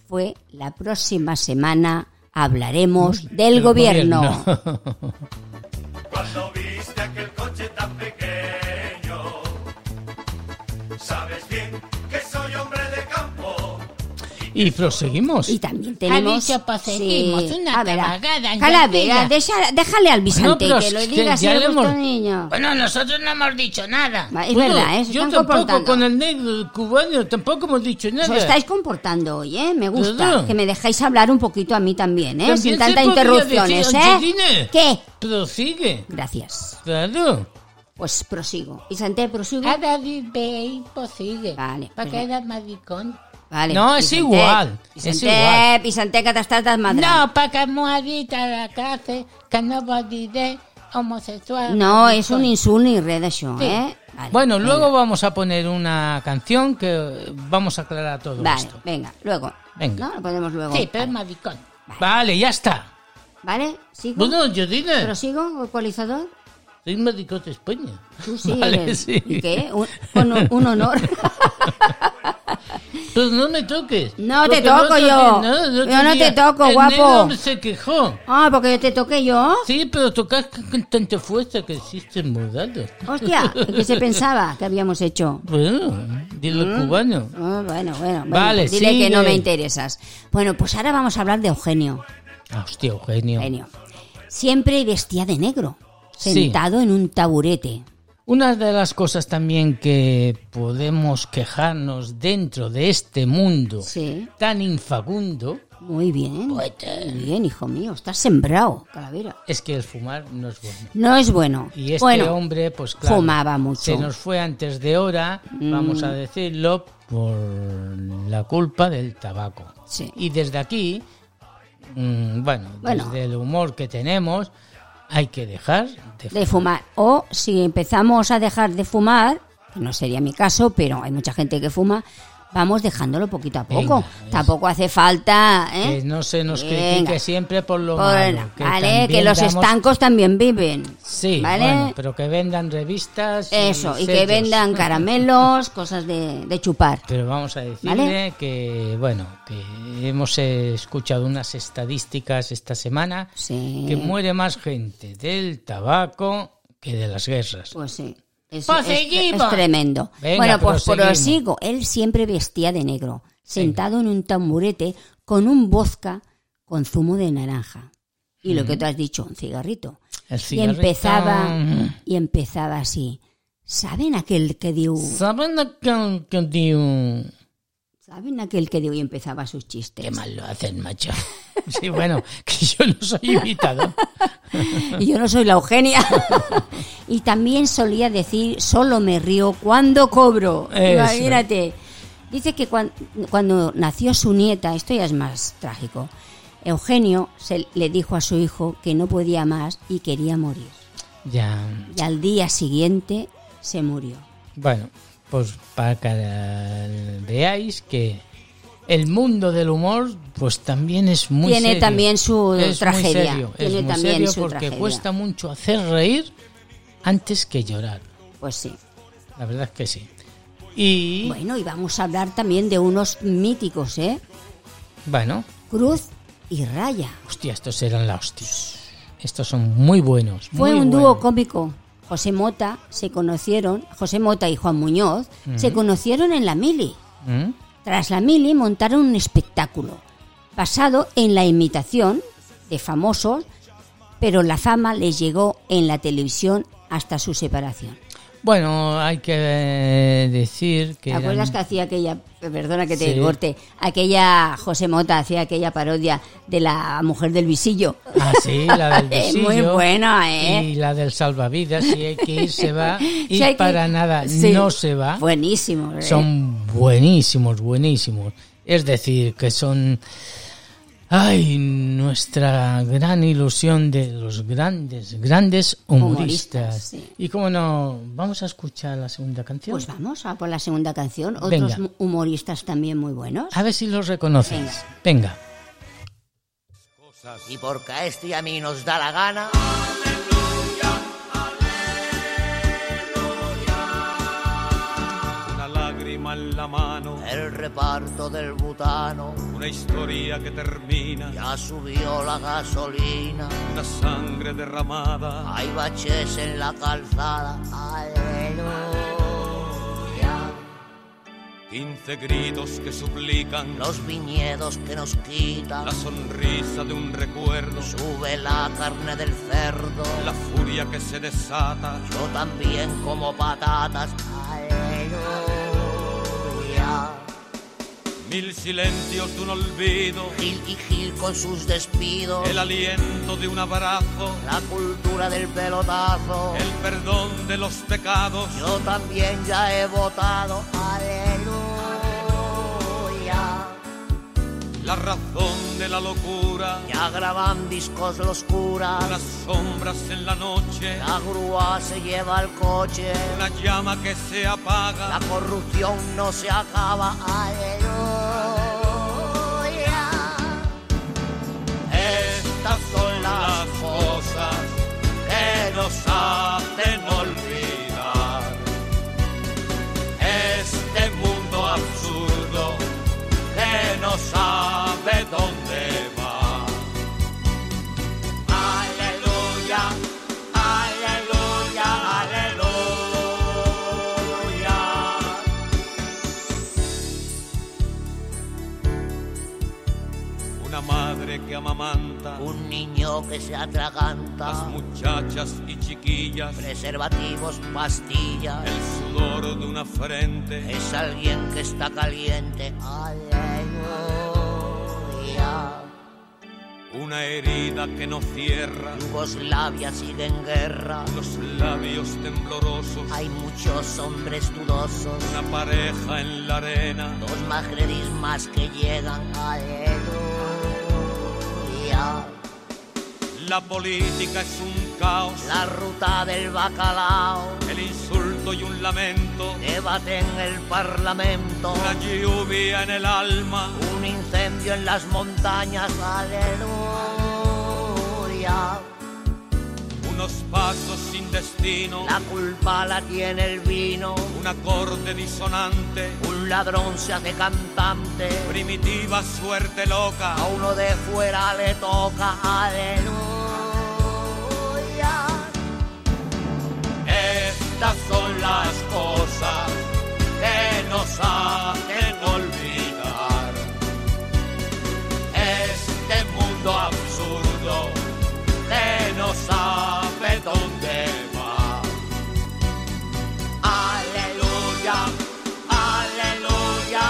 fue: La próxima semana hablaremos del,
Del
gobierno.
Cuando viste aquel coche tan pequeño, sabes bien que soy hombre de campo.
y proseguimos.
Y también tenemos.
dicho, pues, seguimos, una
A ver, a-
cabalgada
Calavera,
entendida.
deja- déjale al Vicente
pero
que lo
es que
diga si
ya
le
le
gusta
hemos-
un niño.
Bueno, nosotros no hemos dicho nada.
Va, Es
Bueno,
verdad, ¿eh? Se
yo
están
tampoco
comportando.
con el negro cubano tampoco hemos dicho nada.
Os estáis comportando hoy, ¿eh? Me gusta
Claro.
que me dejéis hablar un poquito a mí también, ¿eh?
También
Sin
se
tantas
podría
interrupciones,
decir,
¿eh?
Angelina.
¿Qué?
Prosigue,
Gracias.
claro.
Pues prosigo. Vicente, prosigo.
A David Bay, pues sigue.
Vale,
Para
perfecto.
quedar maricón.
Vale.
No, es igual, es
Vicente,
igual.
Vicente, que te estás desmadrando.
No, para que muadita la clase, que no vos diré homosexual.
No, es un insult y red això, ¿eh? Vale,
Bueno,
venga.
luego vamos a poner una canción que vamos a aclarar todo
Vale,
esto.
venga, luego.
Venga.
No, lo ponemos Ah, luego.
Sí, pero es
vale.
maricón.
Vale, ya está.
¿Vale? ¿Sigo?
Bueno, Jordina,
¿Prosigo, ecualizador?
soy médico de España.
Tú sí
Vale,
eres.
sí.
¿Y qué? Un, un- un honor.
Pero Pues no me toques.
No te
porque
toco
el otro
yo.
día- el otro
Yo no
día
te toco,
el
guapo.
negro se quejó.
Ah, porque yo te toqué yo.
Sí, pero tocas con tanta fuerza que existen modales.
Hostia, ¿qué se pensaba que habíamos hecho?
Bueno, dilo Pues cubano.
Ah, bueno, bueno, bueno,
Vale,
dile
sigue.
que no me interesas. Bueno, pues ahora vamos a hablar de Eugenio.
Ah, hostia, Eugenio.
Eugenio. Siempre vestía de negro,
Sí.
sentado en un taburete.
Una de las cosas también que podemos quejarnos dentro de este mundo
Sí,
tan infagundo
muy bien. Muy bien, hijo mío, estás sembrado, calavera.
es que el fumar no es bueno.
No es bueno.
Y este
bueno,
hombre, pues claro,
fumaba mucho.
se
Mm.
nos fue antes de hora, vamos a decirlo, por la culpa del tabaco.
Sí.
Y desde aquí, mm, bueno,
Bueno.
desde el humor que tenemos, hay que dejar de
de fumar. O si empezamos a dejar de fumar, que no sería mi caso, pero hay mucha gente que fuma, vamos dejándolo poquito a poco.
Venga, es-
Tampoco hace falta, ¿eh?
Que no se nos
Venga.
critique siempre por lo
Por-
malo.
vale, que
también
los
damos-
estancos también viven.
Sí,
¿vale?
bueno, pero que vendan revistas.
Eso, y que
sellos.
vendan caramelos, cosas de, de chupar.
Pero vamos a decirle
¿Vale?
que, bueno, que hemos eh, escuchado unas estadísticas esta semana
Sí.
que muere más gente del tabaco que de las guerras.
Pues sí. Es,
Pues
es- es
seguimos.
tremendo.
Venga,
bueno, pues
proseguimos.
prosigo. Él siempre vestía de negro, sentado en un tamburete con un vodka con zumo de naranja. Y lo que tú has dicho, un cigarrito.
El
Y
cigarrito-
empezaba, y empezaba así. ¿Saben aquel que dio?
¿Saben aquel que dio?
¿Saben aquel que dio? Y empezaba sus chistes.
Qué mal lo hacen, macho.
Sí, bueno, que yo no soy invitado.
Y yo no soy la Eugenia. y también solía decir, solo me río cuando cobro.
Eso.
Imagínate. Dice que cuan- cuando, nació su nieta, esto ya es más trágico, Eugenio se, le dijo a su hijo que no podía más y quería morir.
Ya,
Y al día siguiente se murió.
bueno, pues para que eh, veáis que el mundo del humor, pues también es muy
Tiene
serio.
también su
Es
tragedia.
Muy serio,
Tiene
es muy
también
serio
su
porque
tragedia.
cuesta mucho hacer reír antes que llorar.
Pues sí.
La verdad es que sí. Y
Bueno, y vamos a hablar también de unos míticos, ¿eh?
bueno,
Cruz y Raya.
Hostia, estos eran la hostia. Estos son muy buenos.
Fue
muy
un
buenos.
dúo cómico. José Mota se conocieron, José Mota y Juan Muñoz se conocieron en la Mili.
¿Mm?
Tras la Mili montaron un espectáculo basado en la imitación de famosos, pero la fama les llegó en la televisión hasta su separación.
Bueno, hay que eh, decir que.
¿Te acuerdas que
eran-
hacía aquella, perdona que te
Sí.
corte, aquella José Mota hacía aquella parodia de la mujer del visillo?
Ah, sí, la del
Es
visillo.
muy buena, ¿eh?
Y la del salvavidas. Si hay que ir, se va. Y
Sí, hay que-
para nada,
Sí.
no se va.
Buenísimo. ¿eh?
Son buenísimos, buenísimos. Es decir, que son Ay, nuestra gran ilusión de los grandes, grandes
Humoristas,
humoristas.
sí.
Y cómo no, vamos a escuchar la segunda canción.
Pues vamos a por la segunda canción. Otros
Venga.
mu- humoristas también muy buenos.
a ver si los reconoces. Venga.
Y porque a este y a mí nos da la gana.
Una lágrima en la mano,
El reparto del butano
una historia que termina,
ya subió la gasolina.
una sangre derramada.
Hay baches en la calzada. Aleluya.
15 gritos que suplican,
Los viñedos que nos quitan.
la sonrisa de un recuerdo,
Sube la carne del cerdo.
la furia que se desata.
Yo también como patatas. Aleluya.
Mil silencios de un olvido,
Gil y Gil con sus despidos.
el aliento de un abrazo,
La cultura del pelotazo.
el perdón de los pecados.
Yo también ya he votado. Aleluya.
La razón de la locura,
Ya graban discos los curas.
unas sombras en la noche,
La grúa se lleva el coche.
una llama que se
La
apaga,
corrupción no se acaba. Aleluya. Estas son las
las cosas que nos hacen olvidar. Este mundo absurdo que no sabe dónde va. Aleluya, aleluya, aleluya. Una madre que amamanta,
Un niño que se
las
atraganta.
muchachas y chiquillas,
Preservativos, pastillas.
el sudor de una frente,
Es alguien que está caliente. Aleluya.
una herida que no cierra,
Yugoslavia sigue en guerra.
los labios temblorosos,
Hay muchos hombres dudosos.
una pareja en la arena,
Dos magredis más que llegan. Aleluya.
la política es un caos,
La ruta del bacalao.
el insulto y un lamento,
Debate en el parlamento.
una lluvia en el alma,
Un incendio en las montañas. Aleluya.
unos pasos sin destino,
La culpa la tiene el vino.
un acorde disonante,
Un ladrón se hace cantante,
primitiva suerte loca.
a uno de fuera le toca aleluya.
Estas son las cosas que nos hacen olvidar. Este mundo absurdo que no sabe dónde va. Aleluya, aleluya,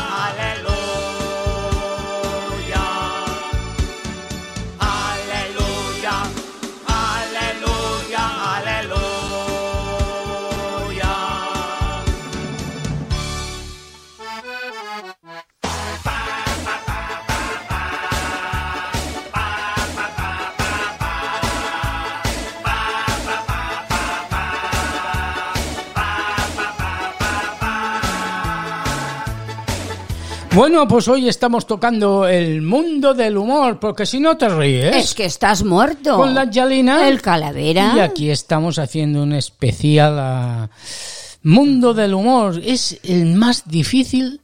aleluya. Aleluya, aleluya, aleluya.
Bueno, pues hoy estamos tocando el mundo del humor, porque si no te ríes.
Es que estás muerto.
Con la Yalina.
El calavera.
Y aquí estamos haciendo un especial a Mundo del Humor. Es el más difícil,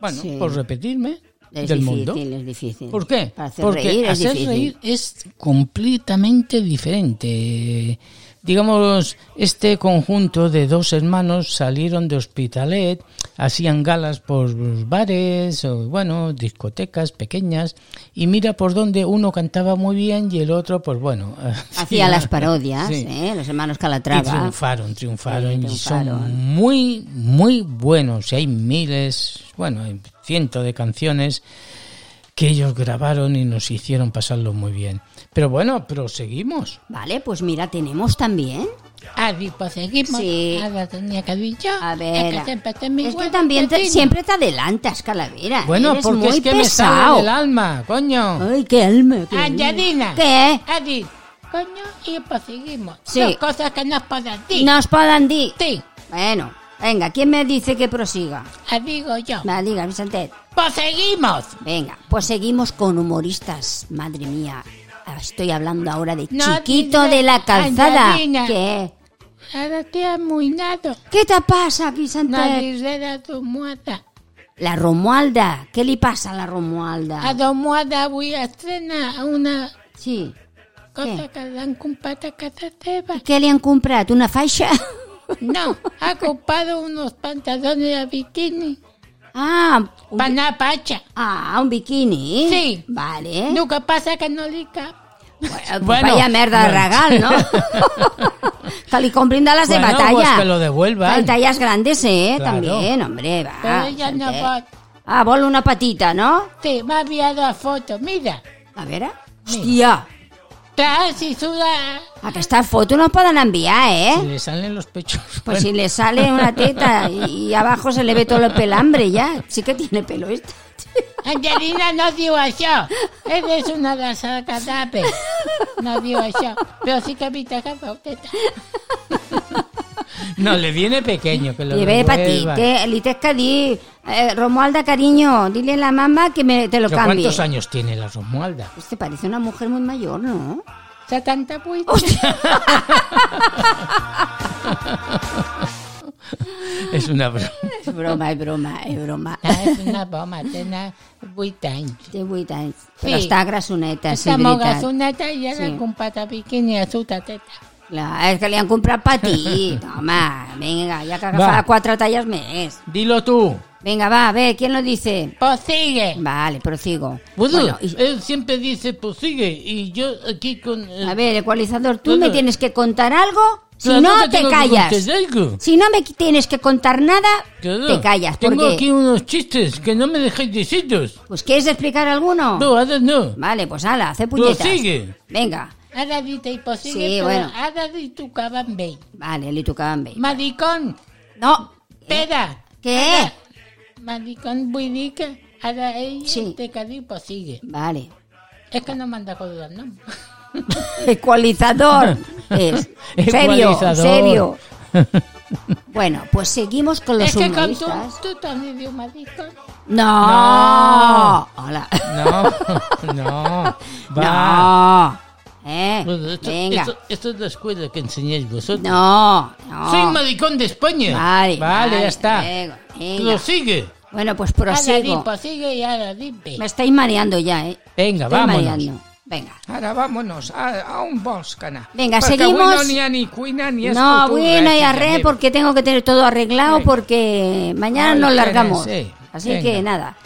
bueno,
Sí.
por repetirme,
Es
del
difícil,
mundo.
es difícil.
¿Por qué?
Para hacer
Porque
reír
Pues
es
hacer
difícil.
reír es completamente diferente. Digamos, este conjunto de dos hermanos salieron de Hospitalet, hacían galas por los bares, o, bueno, discotecas pequeñas, y mira por dónde uno cantaba muy bien y el otro, pues bueno.
Hacía las parodias,
Sí.
¿eh? Los hermanos
Y
Calatrava.
triunfaron, triunfaron,
Sí,
y son
triunfaron.
muy, muy buenos. Y hay miles, bueno, hay cientos de canciones que ellos grabaron y nos hicieron pasarlo muy bien. Pero bueno, proseguimos.
Vale, pues mira, tenemos también
Ah, sí, pues seguimos.
Sí.
Ahora tenía que decir yo.
A
Es
ver.
que siempre te mi
es que
huevo
también te-
cochino.
siempre te adelantas, calavera.
Bueno,
Eres
porque
muy
es que me
pesado.
sale del alma, coño.
Ay, qué alma.
Ah,
qué alma.
Angelina.
¿Qué?
Ha dit, coño, y pues seguimos.
Sí.
Son cosas que nos podrás decir.
Nos poden dir.
Sí,
Bueno, venga, ¿quién me dice que prosiga?
la digo yo.
Va, diga, Vicente.
Pues seguimos.
Venga, pues seguimos con humoristas. Madre mía, estoy hablando ahora de
No,
Chiquito
dile,
de la Calzada.
Angelina.
¿Qué?
Ahora te has muinado.
¿Qué te pasa, Vicente?
No diré tu muada.
La Romualda. ¿Qué le pasa a la Romualda?
A domuada voy a estrenar una
Sí.
cosa que l'han comprat a casa teva.
Què li han comprat? Una faixa?
No, ha comprado unos pantalones de bikini
Ah, un,
para anar a patxa.
ah, un biquini.
Sí.
Vale.
El que passa que no li cap.
Bueno, pues
Bueno.
vaya merda de regal, ¿no? que li comprin de les
Bueno,
de batalla.
pues que lo devuelvan.
Pantallas grandes, ¿eh?
Claro.
También, hombre, va.
Però ella no
Vicente.
pot.
Ah, vol una patita, ¿no?
Sí, m'ha enviat la foto. Mira,
A ¿eh? veure. Hòstia,
clar, si suda...
aquesta foto no poden enviar, ¿eh?
Si le salen los pechos.
Pues si le sale una teta y, y abajo se le ve todo el pelambre ya. Sí que tiene pelo este. esta.
Angelina no diu això. Eres una dasa de cadàver. No diu això. Però sí que evita que veu teta.
No, le viene pequeño, que lo
Li ve
devuelva.
patite, li tens que dir, eh, Romualda, cariño, dile a la mamá que me, te lo
¿Pero
cambie.
¿Cuántos años tiene la Romualda?
Usted Pues parece una mujer muy mayor, ¿no?
pues.
78.
Es una broma.
És broma, és broma, és broma.
Ah, és una bomba, tenen 8 anys.
Té 8 anys, però
Sí.
està grassoneta, sí,
Està molt
veritat.
gassoneta i ara
Sí.
sí. compata biquini a sota teta.
Clar, és que li han comprat petit. Home, vinga, ja que agafarà
Va.
quatre talles més.
Dilo tú.
Vinga, va, a ver, ¿quién lo dice?
Pues sigue.
Vale, prosigo.
Bueno,
y-
él siempre dice, pues sigue, y yo aquí con... eh,
a ver, ecualizador, tú me
Bueno.
tienes que contar algo, si
claro
no
que
te
tengo que
callas.
contar algo.
Si no me qui- tienes que contar nada,
Claro.
te callas.
Tengo
porque,
aquí unos chistes que no me dejáis decirlos.
Pues, ¿quieres explicar alguno?
No, ahora no.
Vale, pues ala, hace puñetas.
sigue.
Venga.
Ara dit i pues sigue,
Sí,
sí, però
bueno.
bueno. ara dit tocava amb ell.
Vale, li tocaven bé.
Maricón,
No,
pera.
què?
Maricón vull dir que ara ell
Sí.
sí. té que dir pues sigue.
Vale.
És que no me'n recordo el nom.
Ecualizador. Es. Serio,
Ecualizador.
serio. Bueno, pues seguimos con los
és que com tu,
humoristas.
tothom li diu maricón.
No. Hola.
No, no. Va.
No. Eh,
Bueno, esto,
venga.
esto- esto es la escuela que enseñáis vosotros.
No, no.
Soy maricón de España.
Vale,
Vale, ya está.
venga, venga.
Prosigue.
Bueno, pues
Ara dit
prosigo.
pues sigue i ara dit bé.
Me estáis mareando ya, ¿eh?
Venga,
Estoy
vámonos.
mareando. Venga.
Ara vámonos a, a un bosc, anar.
Venga,
Perquè
seguimos.
Avui no n'hi ha ni cuina ni esto.
No,
tu,
eh,
bueno,
res,
y
ni
arre
anem.
porque tengo que tener todo arreglado
Venga.
porque mañana
Ay,
nos
Karen,
largamos.
Ah, sí,
Así
venga.
que nada.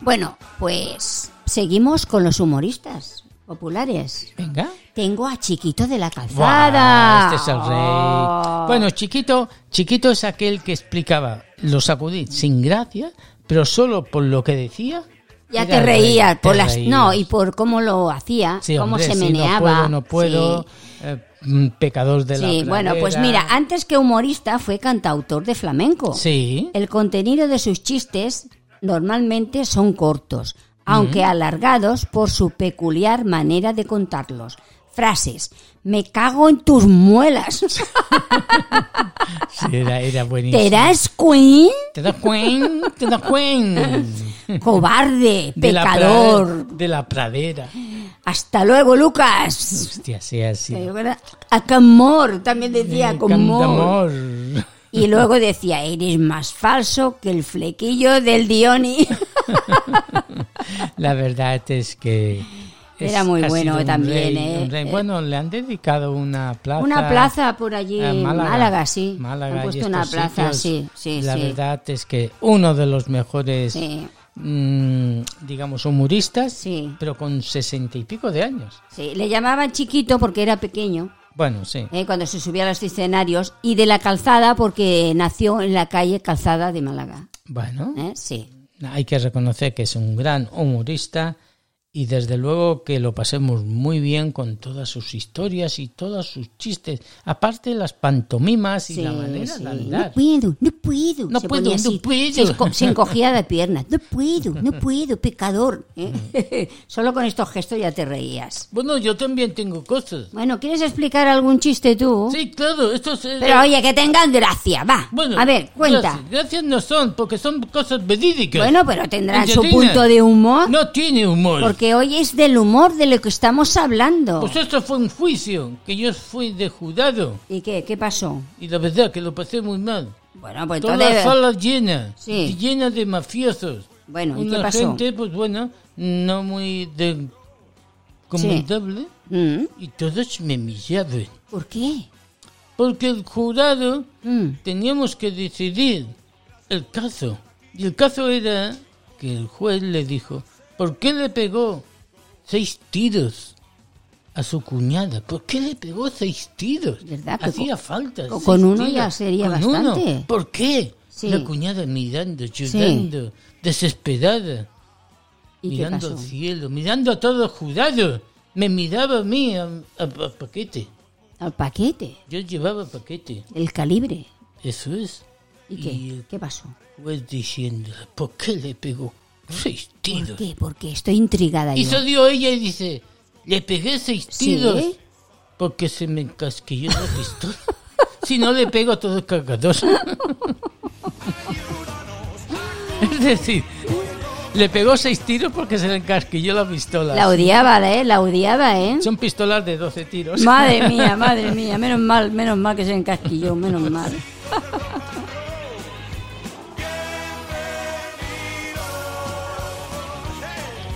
Bueno, pues seguimos con los humoristas populares.
Venga.
Tengo a Chiquito de la Calzada.
Buah, este es el rey.
Oh.
Bueno, chiquito, chiquito es aquel que explicaba los sacudid sin gracia, pero solo por lo que decía.
ya
era
te
el rey,
reías
te
por las
reías.
no y por cómo lo hacía,
Sí,
cómo
hombre,
se
sí,
meneaba.
No puedo, no puedo.
Sí.
eh, mm, pecador de la
Sí, bueno, pues mira,
pradera.
antes que humorista fue cantautor de flamenco.
Sí.
El contenido de sus chistes normalmente son cortos, aunque alargados por su peculiar manera de contarlos. Frases, me cago en tus muelas.
Sí, era, era buenísimo.
¿Te das queen?
Te das cuen, te das cuen.
Cobarde,
De la
pecador.
pra- de la pradera.
Hasta luego, Lucas.
Hostia, sí, así.
Yo era- A Camor, también decía, Camor.
Amor.
Y luego decía, eres más falso que el flequillo del Dioni.
La verdad es que. es-
Era muy
ha
bueno
sido un
también,
rey,
¿eh?
un rey.
Eh.
Bueno, le han dedicado una plaza.
Una plaza por allí
a
en Málaga, sí.
Málaga
Han
y
puesto una
estos
plaza,
sitios.
sí, sí,
La
sí.
verdad es que uno de los mejores,
Sí,
mm, digamos, humoristas,
Sí.
pero con sesenta y pico de años.
sí. Le llamaban chiquito porque era pequeño,
Bueno, sí.
¿eh? cuando se subía a los escenarios, y de la calzada porque nació en la calle Calzada de Málaga.
Bueno,
¿eh? Sí.
hay que reconocer que es un gran humorista y desde luego que lo pasemos muy bien con todas sus historias y todos sus chistes, aparte las pantomimas y la manera de
No
andar.
puedo, no puedo.
No puedo,
ponía
no
así,
puedo.
Se, esco- se encogía de piernas. No puedo, no puedo, pecador. ¿eh? Solo con estos gestos ya te reías.
Bueno, yo también tengo cosas.
Bueno, ¿quieres explicar algún chiste tú?
Sí, claro, esto es... eh,
Pero oye, que tengan gracia, va.
bueno,
a ver, cuenta.
Gracias, gracias no son, porque son cosas verídicas.
Bueno, pero tendrán su
Angelina,
punto de humor.
No tiene humor.
Porque hoy es del humor de lo que estamos hablando.
Pues esto fue un juicio, que yo fui de jurado.
¿Y qué? ¿Qué pasó?
Y la verdad que lo pasé muy mal.
Bueno, pues
Toda la
entonces...
sala llena,
Sí.
llena de mafiosos.
Bueno, ¿y
Una
qué pasó?
gente, pues bueno, no muy de... comandable.
Mm,
Y todos me miraban.
¿Por qué?
Porque el jurado
Mm,
teníamos que decidir el caso. Y el caso era que el juez le dijo, ¿por qué le pegó seis tiros a su cuñada? ¿Por qué le pegó seis tiros?
¿Verdad que
Hacía
con-
falta.
con
seis
uno
tiros.
ya sería
Con uno.
bastante.
¿Por qué?
Sí.
La cuñada mirando, llorando, desesperada,
¿Y qué
mirando al
pasó?
cielo, mirando a todos los jurados. Me miraba a mí, a, a- a paquete.
Al paquete,
Yo llevaba paquete.
el calibre.
Eso es.
¿Y qué?
Y el
¿Qué pasó?
Pues diciendo, ¿por qué le pegó seis
¿Por
tiros?
qué? Porque estoy intrigada
Y
yo.
se dio ella y dice, le pegué seis
¿Sí?
tiros porque se me encasquilló la pistola. si no le pego a todo el cargador.
Es decir, le pegó seis tiros porque se le encasquilló la pistola.
La odiaba, ¿eh? La odiaba, ¿eh?
Son pistolas de 12 tiros.
Madre mía, madre mía. Menos mal, menos mal que se encasquilló, menos mal.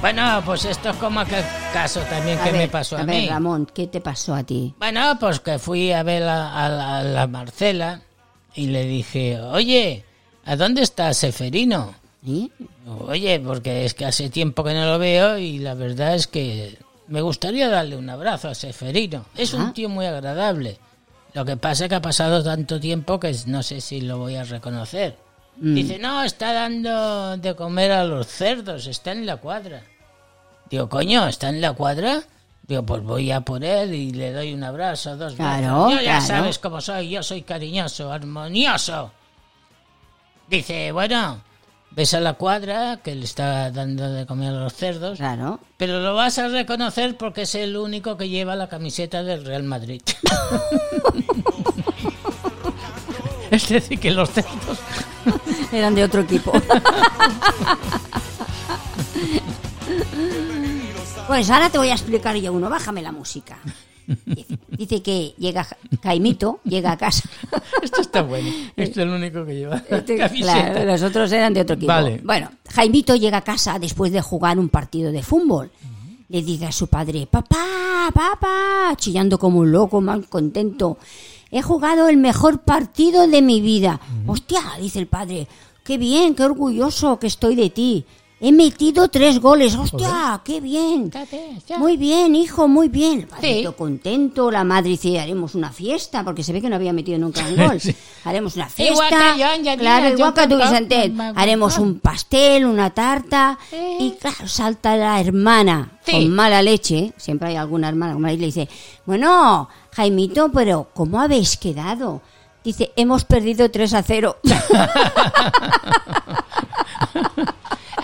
bueno, pues esto es como aquel caso también que me pasó a,
a ver,
mí.
Ramón, ¿qué te pasó a ti?
Bueno, pues que fui a ver a, a la, a la Marcela y le dije, oye, ¿a dónde está Seferino?
¿Eh?
Oye, porque es que hace tiempo que no lo veo y la verdad es que me gustaría darle un abrazo a Seferino. Es un tío muy agradable. Lo que pasa es que ha pasado tanto tiempo que no sé si lo voy a reconocer. Dice, no, está dando de comer a los cerdos, está en la cuadra. Digo, coño, ¿está en la cuadra? Digo, pues voy a por él y le doy un abrazo, dos
Claro,
besos. Yo ya
claro.
sabes cómo soy, yo soy cariñoso, armonioso. Dice, bueno, ves a la cuadra que le está dando de comer a los cerdos,
Claro.
pero lo vas a reconocer porque es el único que lleva la camiseta del Real Madrid.
Es decir, que los cerdos.
Eran de otro equipo. Pues ahora te voy a explicar yo uno. Bájame la música. Dice- Dice que llega Ja- Caimito, llega a casa.
Esto está bueno. Esto es lo único que lleva. la
Eh, Este,
camiseta.
claro, los otros eran de otro equipo.
Vale.
Bueno, Jaimito llega a casa después de jugar un partido de fútbol. Le dice a su padre, papá, papá, chillando como un loco, mal contento. He jugado el mejor partido de mi vida. Hostia, dice el padre, qué bien, qué orgulloso que estoy de ti. He metido tres goles, hostia, qué bien. Muy bien, hijo, muy bien. El padrito contento, la madre dice, haremos una fiesta, porque se ve que no había metido nunca un gol. Haremos una fiesta.
Igual que yo, Angelina,
claro,
yo
igual que tú,
tampoco.
Vicente.
Ma- ma-
Haremos un pastel, una tarta. Y claro, salta la hermana
Sí.
con mala leche. Siempre hay alguna hermana con mala leche. Le dice, bueno, Jaimito, pero ¿cómo habéis quedado? Dice, hemos perdido 3 a 0.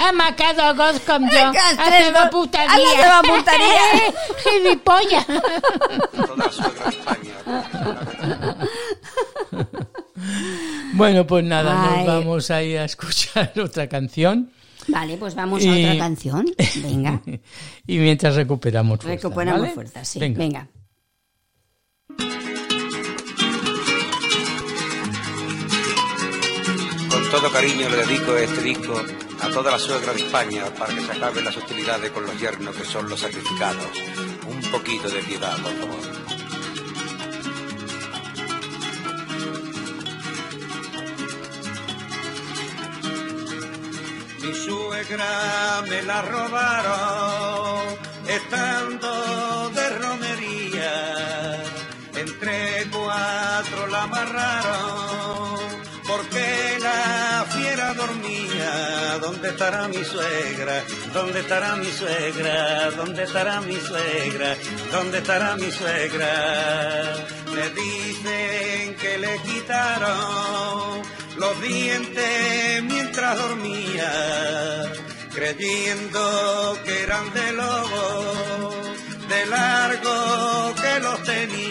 ¡Ah, ha marcado gol con yo. ¡Ah,
Tres
Hace
goles.
una
Ha sido
putaría.
una putaría.
¡Eh, Gilipollas.
Bueno, pues nada,
Ay.
nos vamos a ir a escuchar otra canción
Vale, pues vamos a
Y-
otra canción. Venga,
y mientras recuperamos fuerzas.
recuperamos
¿vale?
fuerzas. Sí.
Venga.
Venga.
Con todo cariño le dedico este disco a toda la suegra de España para que se acaben las hostilidades con los yernos que son los sacrificados. Un poquito de piedad, por favor.
Mi suegra me la robaron estando de romería. Entre cuatro la amarraron porque la fiera dormía donde ¿Dónde estará mi suegra? ¿Dónde estará mi suegra? ¿Dónde estará mi suegra? ¿Dónde estará mi suegra? Me dicen que le quitaron los dientes mientras dormía, creyendo que eran de lobo, de largo que los tenía.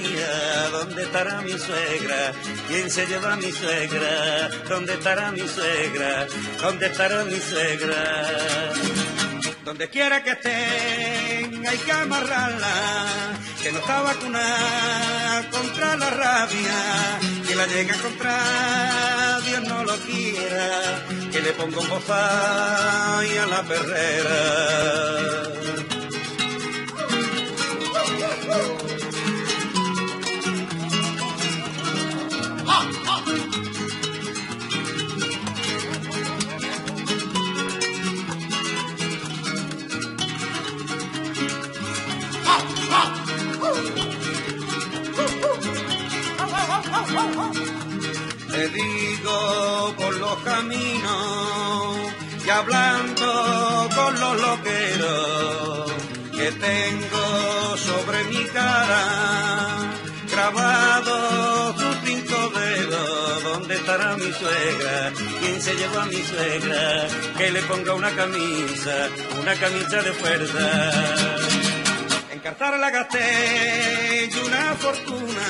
¿Dónde estará mi suegra? ¿Quién se lleva a mi suegra? ¿Dónde estará mi suegra? ¿Dónde estará mi suegra? Donde quiera que estén hay que amarrarla, que no está vacunada contra la rabia, que la llega a encontrar, Dios no lo quiera, que le ponga un bofá y a la perrera. Te digo por los caminos y hablando con los loqueros que tengo sobre mi cara grabado tus cinco dedos. ¿Dónde estará mi suegra? ¿Quién se llevó a mi suegra? Que le ponga una camisa, una camisa de fuerza. Encartar la gasté y una fortuna,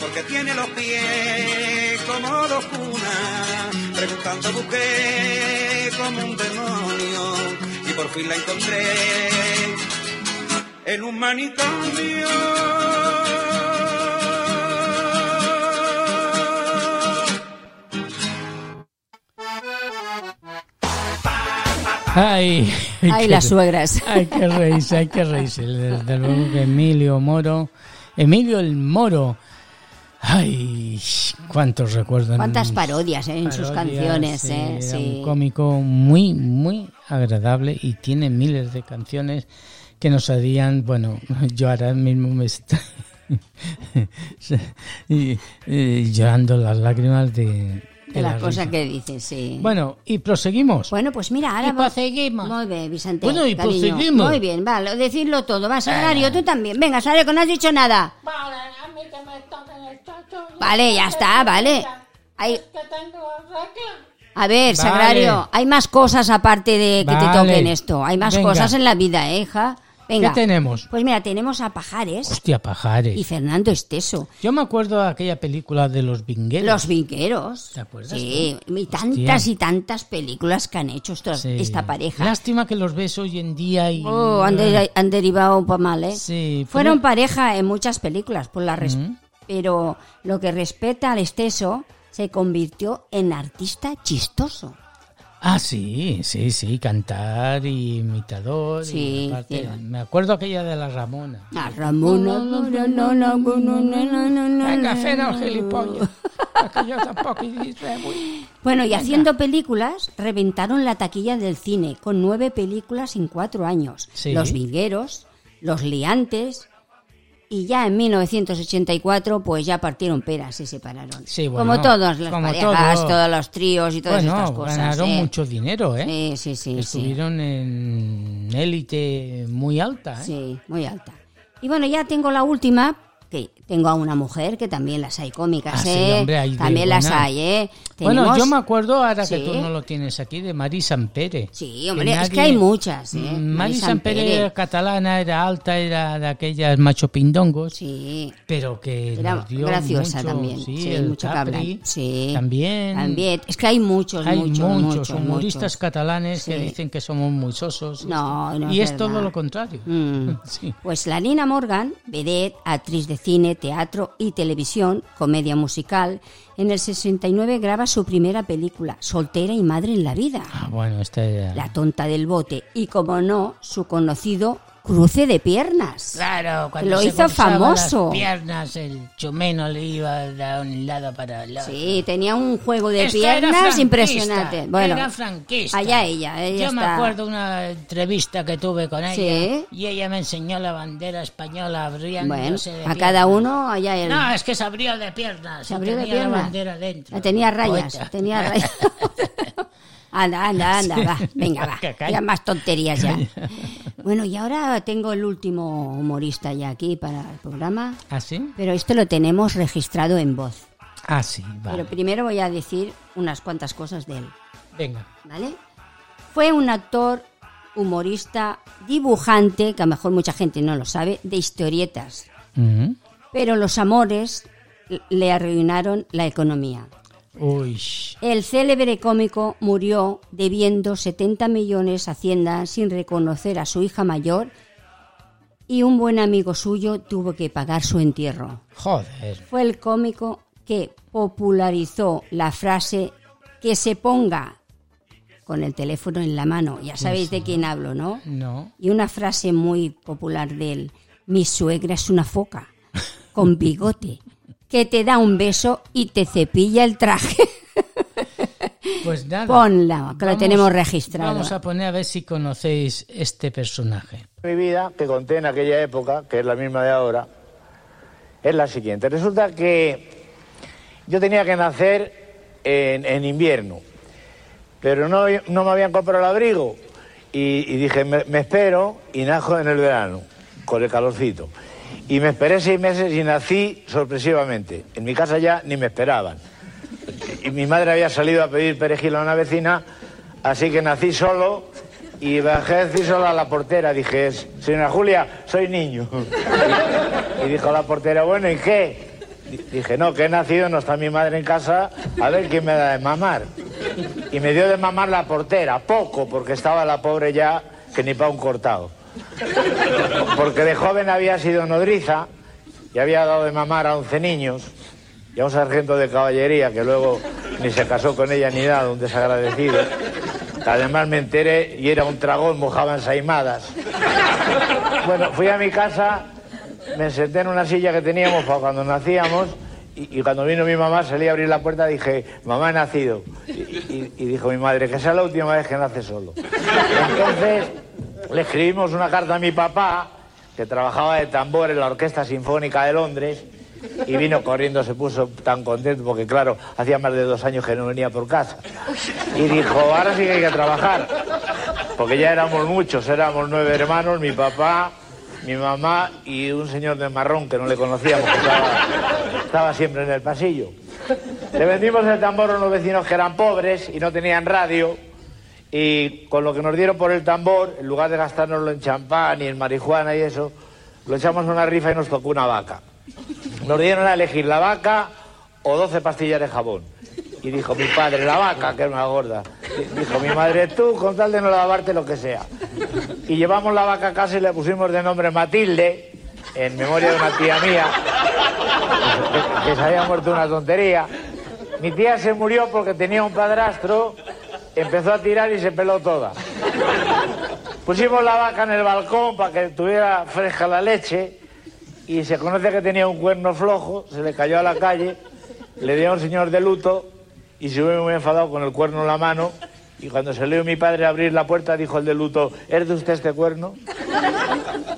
porque tiene los pies como dos cunas. Preguntando busqué como un demonio y por fin la encontré en un manicomio.
Ay, hay
Ay,
que
las
re-
suegras.
Hay que reírse, hay que reírse. Desde luego que Emilio Moro. Emilio el Moro. Ay, cuántos recuerdos.
Cuántas parodias eh, en sus
Parodias,
canciones,
sí,
eh,
era
sí.
Un cómico muy, muy agradable y tiene miles de canciones que nos harían, bueno, yo ahora mismo me estoy y- y llorando las lágrimas de, de
De
la
las cosas
risa.
que dices, sí.
Bueno, y proseguimos.
Bueno, pues mira, ahora
Y
va-
proseguimos.
Muy bien, Vicente.
Bueno, y
cariño.
proseguimos.
Muy bien, vale, decirlo todo. Va, Sagrario, tú también. Venga, Sagrario, que no has dicho nada.
Vale, a mí que me toquen el tacho.
Vale, ya está, vale. Hay,
Que tengo regla.
a
Vale.
ver, Sagrario, hay más cosas aparte de que te
Vale.
toquen esto. Hay más
Venga.
cosas en la vida, ¿eh, hija.
¿Qué
Venga.
tenemos?
Pues mira, tenemos a Pajares
Hostia, pajares.
y Fernando Esteso.
Yo me acuerdo de aquella película de los vingueros.
Los vinqueros.
¿Te acuerdas
Sí, y tantas y tantas películas que han hecho estos-
Sí.
esta pareja.
Lástima que los ves hoy en día y...
Oh, han, de- han derivado para mal, ¿eh?
Sí, pues pero-
Fueron pareja en muchas películas, por la res- pero lo que respeta al exceso se convirtió en artista chistoso.
Ah, sí, sí, sí, cantar y imitador. y
Sí,
aparte-
hicieron.
me acuerdo aquella de la Ramona.
A Ramón.
Venga, Fena, el gilipollas. yo tampoco
Bueno, y haciendo películas, reventaron la taquilla del cine con nueve películas en cuatro años.
Sí.
Los Vingueros, Los Liantes, y ya en 1984 pues ya partieron peras y se separaron.
Sí,
como
bueno,
todas las
como
parejas,
todo.
todos los tríos y todas estas
Bueno,
cosas.
ganaron
¿eh?
mucho dinero, ¿eh?
Sí, sí, sí. sí.
Estuvieron en élite muy alta, ¿eh?
Sí, muy alta. Y bueno, ya tengo la última, que tengo a una mujer, que también las hay cómicas,
Ah, sí,
¿eh?
hombre, hay de
también las
buena.
hay, ¿eh?
Bueno,
Tenemos-
yo me acuerdo, ahora que
Sí.
tú no lo tienes aquí, de Mari Sampere.
Sí, hombre, es que hay muchas, ¿eh?
Mm,
Mari
Mari Sampere
Sampere.
era catalana, era alta, era de aquellas macho pindongos.
Sí.
Pero que
Era
nos dio
graciosa
mucho,
también.
Sí,
Sí,
el
mucho que
Capri,
hablan. Sí.
También.
También. pues Es que hay muchos,
Hay
muchos,
muchos,
muchos,
humoristas
muchos.
catalanes que
Sí.
dicen que somos muy sosos.
No, no
y
es
es todo
verdad.
lo contrario.
Mm.
Sí.
Pues la Nina Morgan, vedette, actriz de cine, teatro y televisión, comedia musical, en el 69 graba su primera película, Soltera y Madre en la Vida,
Ah, bueno, esta era...
La Tonta del Bote, y como no, su conocido Cruce de Piernas.
Claro, cuando
Lo
se
hizo
cruzaba
famoso.
Las piernas, el chumeno le iba de un lado para el otro.
Sí, tenía un juego de
Esto era
piernas
franquista,
impresionante. Bueno,
era franquista.
allá ella, ella
Yo me
está-
acuerdo una entrevista que tuve con ella
Sí.
y ella me enseñó la bandera española
bueno,
abriéndose de
a
piernas.
cada uno allá el...
No, es que se abrió de piernas.
Se
y
abrió de
tenía la
piernas.
bandera dentro.
La tenía rayas,
Poeta.
tenía rayas. Anda, anda, anda,
Sí.
va. Venga, va.
Que calla.
Ya más tonterías ya. Bueno, y ahora tengo el último humorista ya aquí para el programa.
¿Ah, sí?
Pero esto lo tenemos registrado en voz.
Ah, sí, vale.
Pero primero voy a decir unas cuantas cosas de él,
Venga.
¿vale? Fue un actor, humorista, dibujante, que a lo mejor mucha gente no lo sabe, de historietas. Pero los amores le arruinaron la economía.
Uy.
El célebre cómico murió debiendo 70 millones a Hacienda sin reconocer a su hija mayor y un buen amigo suyo tuvo que pagar su entierro.
Joder.
Fue el cómico que popularizó la frase que se ponga con el teléfono en la mano. Ya
Sí,
sabéis de
sí.
quién hablo, ¿no?
No.
Y una frase muy popular de él, mi suegra es una foca con bigote que te da un beso y te cepilla el traje.
Pues nada.
Ponla, que lo tenemos registrado.
Vamos a poner a ver si conocéis este personaje.
Mi vida, que conté en aquella época, que es la misma de ahora, es la siguiente. Resulta que yo tenía que nacer en, en invierno, pero no, no me habían comprado el abrigo y, y dije, me, me espero y najo en el verano, con el calorcito. Y me esperé seis meses y nací sorpresivamente. En mi casa ya ni me esperaban. Y mi madre había salido a pedir perejil a una vecina, así que nací solo y bajé a decir solo a la portera. Dije, "Es- señora Julia, soy niño. Y dijo la portera, bueno, ¿y qué? Di- Dije, no, que he nacido, no está mi madre en casa, a ver quién me da de mamar. Y me dio de mamar la portera, poco, porque estaba la pobre ya que ni pa' un cortado. Porque de joven había sido nodriza y había dado de mamar a 11 niños y a un sargento de caballería que luego ni se casó con ella ni nada, un desagradecido. Que además me enteré y era un tragón, mojaba ensaimadas. Bueno, fui a mi casa, me senté en una silla que teníamos para cuando nacíamos y, y cuando vino mi mamá salí a abrir la puerta y dije, mamá he nacido. Y, y- y dijo mi madre, que sea la última vez que nace solo. Entonces le escribimos una carta a mi papá, que trabajaba de tambor en la Orquesta Sinfónica de Londres, y vino corriendo, se puso tan contento, porque claro, hacía más de dos años que no venía por casa. Y dijo, ahora sí que hay que trabajar, porque ya éramos muchos, éramos nueve hermanos, mi papá, mi mamá y un señor de marrón que no le conocíamos, que estaba, estaba siempre en el pasillo. Le vendimos el tambor a unos vecinos que eran pobres y no tenían radio. Y con lo que nos dieron por el tambor, en lugar de gastárnoslo en champán y en marihuana y eso, lo echamos a una rifa y nos tocó una vaca. Nos dieron a elegir la vaca o 12 pastillas de jabón. Y dijo mi padre, la vaca, que es una gorda. Di- Dijo mi madre, tú, con tal de no lavarte lo que sea. Y llevamos la vaca a casa y le pusimos de nombre Matilde, en memoria de una tía mía, que- que se había muerto una tontería. Mi tía se murió porque tenía un padrastro, empezó a tirar y se peló toda. Pusimos la vaca en el balcón para que tuviera fresca la leche y se conoce que tenía un cuerno flojo, se le cayó a la calle, le dio a un señor de luto y se hubo muy enfadado con el cuerno en la mano y cuando se mi padre a abrir la puerta dijo el de luto, ¿es de usted este cuerno?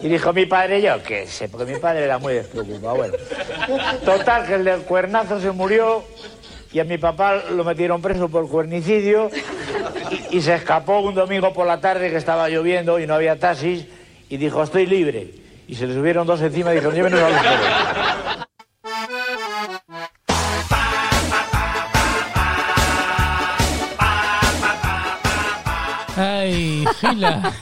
Y dijo mi padre, yo qué sé, porque mi padre era muy despreocupado. Bueno, total, que el del cuernazo se murió y a mi papá lo metieron preso por cuernicidio y, y se escapó un domingo por la tarde que estaba lloviendo y no había taxis y dijo, estoy libre. Y se le subieron dos encima y dijeron, llévenos al hospital".
Ay, Gila.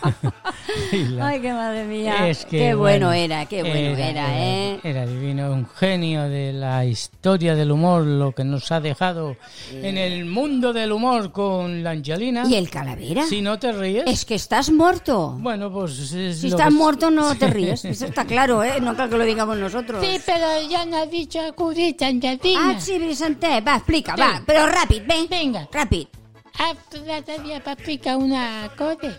Gila.
Ay, qué madre mía.
Es que,
qué bueno, era, qué bueno era, ¿eh?
Era divino, un genio de la historia del humor, lo que nos ha dejado en el mundo del humor con la Angelina.
¿Y el calavera?
Si no te ríes.
Es que estás muerto.
Bueno, pues es
Si
lo
estás
que-
muerto no te ríes, eso está claro, ¿eh? No creo que lo digamos nosotros.
Sí, pero ya no has dicho acudita, Angelina.
Ah, sí, Brisante, va, explica, va, pero rápido, ven.
Venga.
Rápido.
Ah, pues la tía papica una acorde.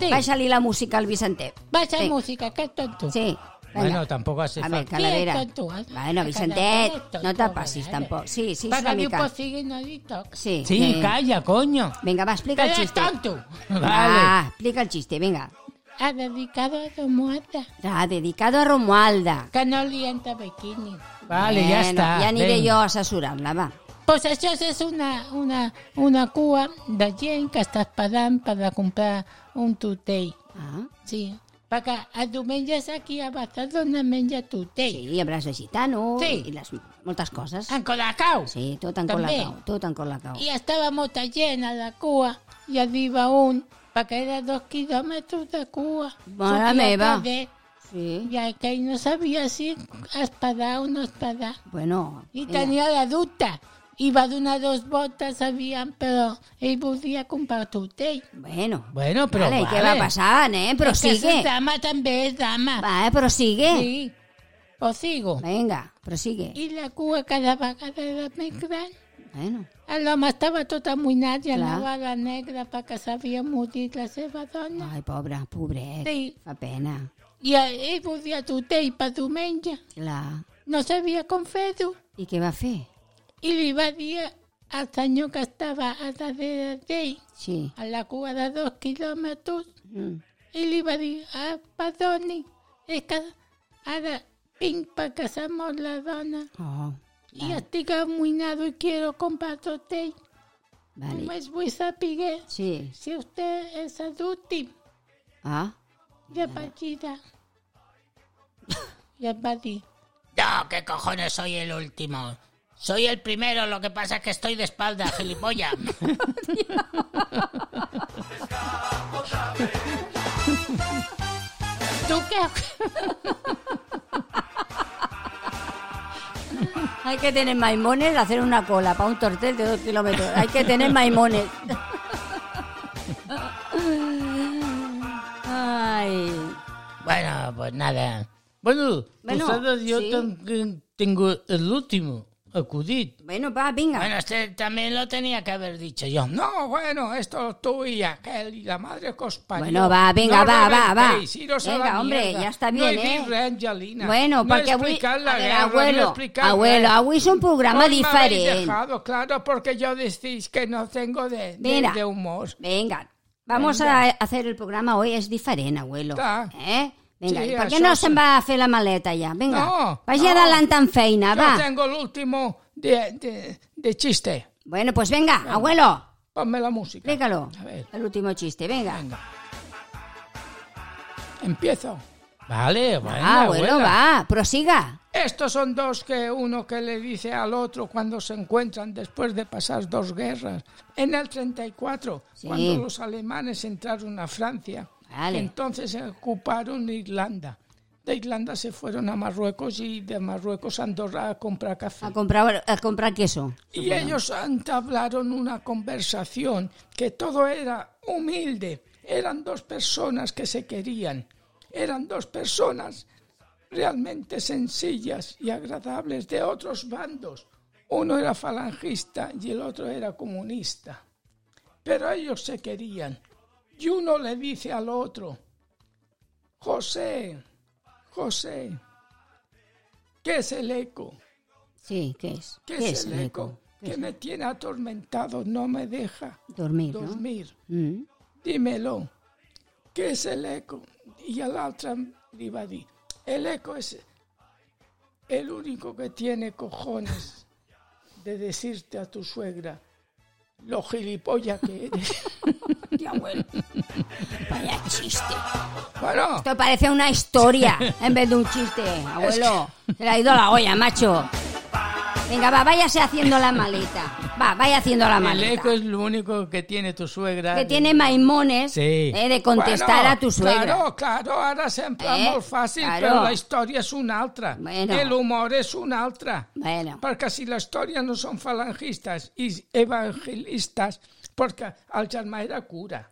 Sí.
Va a salir la música al Vicente.
Va a ser
Sí.
música, qué tonto.
Sí. venga.
Bueno, tampoco hace
A
falta.
ver, calavera.
Bien, tonto, ¿eh?
Bueno, Vicente,
Calavera, tonto,
no te pases
vale.
eh.
tampoco. Sí, sí, es
Paga
una
mi
mica.
posiginadito.
Sí,
Sí,
que-
calla, coño.
Venga, va, explica el
Pero es
chiste.
tonto.
Va, explica el chiste, venga.
Ha dedicado a su muerta.
Ha dedicado a Romualda.
Que no lienta bikini.
Vale, ya
Bueno,
está.
Ya ni iré
venga.
yo a sasurarla, va.
Pues això és una, una, una cua de gent que està esperant per a comprar un tortell.
Ah.
Sí, perquè els diumenges aquí a Barcelona menja tortell.
Sí, hi ha braç de gitano
Sí.
i les, moltes coses.
En Colacao.
Sí, tot en
També.
Colacao, tot en Colacao.
I estava molta gent a la cua i arriba un, perquè era dos quilòmetres de cua.
Mare
Sortia
meva.
tarder,
Sí.
I aquell no sabia si esperar o no esperar.
Bueno,
I
mira,
tenia la dubte. I va donar dos voltes, sabíem, però ell volia comprar tortell.
Bueno,
Bueno, però
vale,
vale,
i què va passant, eh? Però
és que
sigue.
és dama, també és dama.
Va, eh, però sigue.
Sí, pues sigo.
Venga, però sigue.
I la cua cada vegada era més gran.
Bueno,
L'home estava tot amoïnat i
Clar.
anava a la negra perquè s'havia morit la seva dona.
ai, pobre, pobret.
Sí.
Fa pena.
I ell volia tortell per diumenge.
Clar.
No sabia com fer-ho.
I què va fer?
I li va dir al senyor que estava a darrere d'ell,
Sí.
a la cua de dos quilòmetres,
Mm.
i li va dir, ah, perdoni, és que ara vinc perquè s'ha mort la dona
Oh,
i estic amoïnado i quiero comprar tortell.
vale.
Només vull saber
Sí.
si usted és l'últim
Ah,
de partida. I et va dir,
No, qué cojones, soy el último. Soy el primero, lo que pasa es que estoy de espalda, gilipollas.
tu què?
Hay que tener maimones, hacer una cola para un tortel de dos kilómetros. Hay que tener maimones. Ay.
Bueno, pues nada.
Bueno,
Bueno,
vosaltres jo
sí.
sí. tengo el último acudit.
Bueno, va, venga.
Bueno, este también lo tenía que haber dicho yo.
No, bueno, esto tú y aquel y la madre que os parió.
Bueno, va, venga,
No
va, va, va.
reventéis, iros a la
Venga, hombre,
mierda.
ya está
no
bien,
he dit
eh.
res, Angelina.
Bueno,
no
perquè
he
avui...
explicat la
A ver,
guerra, no he
abuelo,
explicat
abuelo,
res.
avui és un
Hoy
programa
me habéis
diferent.
dejado, claro, porque yo decís que no tengo de, de-
Mira.
de humor.
Venga, vamos a hacer el programa hoy, és diferent, abuelo.
Clar.
Eh? Vinga,
Ah. Sí,
i per què
això
no
sí.
se'n va a fer la maleta ja? Vinga,
No,
vagi
no.
adelantant feina,
yo
va.
tengo el último de, de- de chiste.
Bueno, pues venga, abuelo,
Ponme la música.
explícalo.
A ver.
El último chiste, venga.
Empiezo.
Vale, bueno,
Ah, abuelo,
abuela.
va, prosiga.
Estos son dos que uno que le dice al otro cuando se encuentran después de pasar dos guerras. En el 34,
Sí.
cuando los alemanes entraron a Francia,
Vale.
entonces ocuparon Irlanda. De Irlanda se fueron a Marruecos y de Marruecos a Andorra a comprar café.
A comprar, a comprar queso.
Y ellos entablaron una conversación que todo era humilde. Eran dos personas que se querían. Eran dos personas realmente sencillas y agradables de otros bandos. Uno era falangista y el otro era comunista. Pero ellos se querían. Y uno le dice al otro, José, José, ¿qué es el eco?
Sí, ¿qué es?
¿Qué, es el eco?
¿Qué
Que
es?
me tiene atormentado, no me deja
Dormir, ¿no?
dormir.
Mm.
Dímelo, ¿qué es el eco? Y a la otra le va a decir, el eco es el único que tiene cojones de decirte a tu suegra lo gilipollas que eres.
Ya, abuelo. Vaya chiste.
Bueno,
Esto parece una historia en vez de un chiste, abuelo. Se le ha ido la olla, macho. Venga, va, váyase haciendo la maleta. Va, vaya haciendo la
El
maleta.
eco es lo único que tiene tu suegra.
Que tiene maimones
Sí.
eh, de contestar
Bueno,
a tu suegra.
Oh, Claro, claro, ara sembla
Eh?
molt fàcil,
Claro.
però la història és una altra.
Bueno.
El humor és una altra.
Bueno,
Perquè si la història no són falangistes i evangelistes, perquè el germà era cura.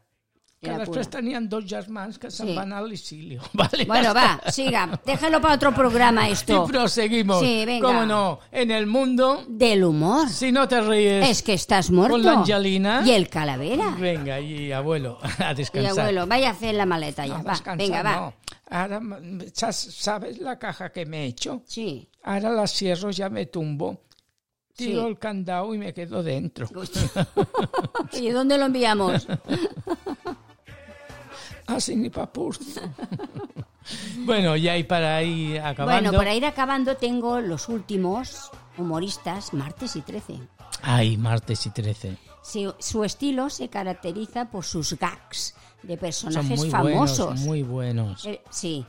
Que
Era
després
cura.
tenien dos germans que se'n
Sí.
van a l'exilio. Vale, ja
bueno, va, siga. Déjalo para otro programa
Y
esto.
proseguimos.
Sí, venga.
Cómo no, en el mundo,
Del humor.
si no te ríes
Es que estás muerto.
con la Angelina...
Y el calavera.
Venga, y abuelo, a
Y
descansar.
abuelo, vaya a hacer la maleta ya.
No,
va,
descansar,
venga, va.
no. Ara, mm, saps- ¿sabes la caja que me he hecho?
Sí.
Ahora la cierro, ya me tumbo. Tiro
Sí.
el candado y me quedo dentro.
¿Y dónde lo enviamos?
Ah,
Así ni pa' purzo.
Bueno, ya y para ir acabando.
Bueno, para ir acabando tengo los últimos humoristas, martes y 13.
Ay, martes y 13.
Su, su estilo se caracteriza por sus gags de
Son
personajes
muy
famosos.
buenos, muy buenos.
Eh, sí.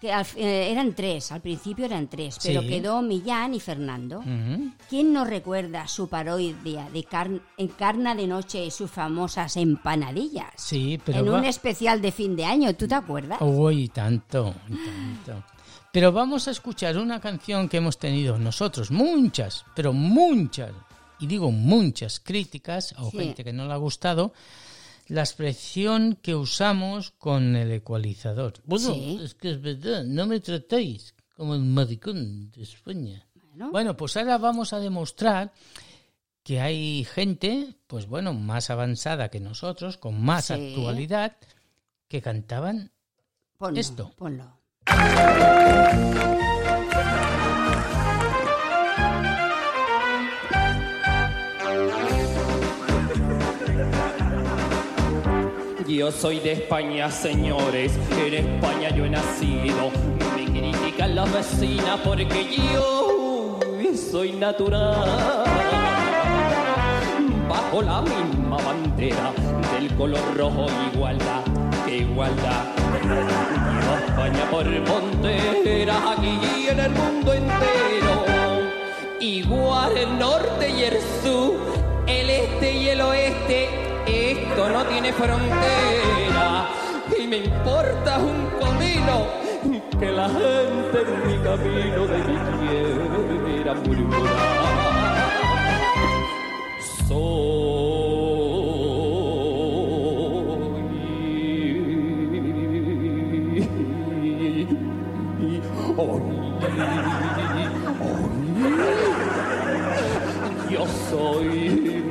Que al- eh, eran tres, al principio eran tres, pero
Sí. Mm.
quedó Millán y Fernando.
Ujú.
¿Quién no recuerda su parodia de car- Encarna de Noche y sus famosas empanadillas?
Sí, pero
en
va-
un especial de fin de año, ¿tú te acuerdas?
Uy, tanto, y tanto. Pero vamos a escuchar una canción que hemos tenido nosotros, muchas, pero muchas, y digo muchas críticas o
Sí.
gente que no le ha gustado, la expresión que usamos con el ecualizador. Bueno,
Sí.
es que es verdad, no me tratáis como el maricón de España. Bueno, pues ahora vamos a demostrar que hay gente, pues bueno, más avanzada que nosotros, con más
Sí.
actualidad, que cantaban
Ponlo,
esto.
Ponlo.
Yo soy de España, señores, en España yo he nacido. Me critican las vecinas porque yo soy natural. Bajo la misma bandera del color rojo igualdad, que igualdad. Yo a España por fronteras aquí y en el mundo entero. Igual el norte y el sur, el este y el oeste, esto no tiene frontera. Y me importa un comino que la gente en mi camino de mi tierra murmura. Soy Yo soy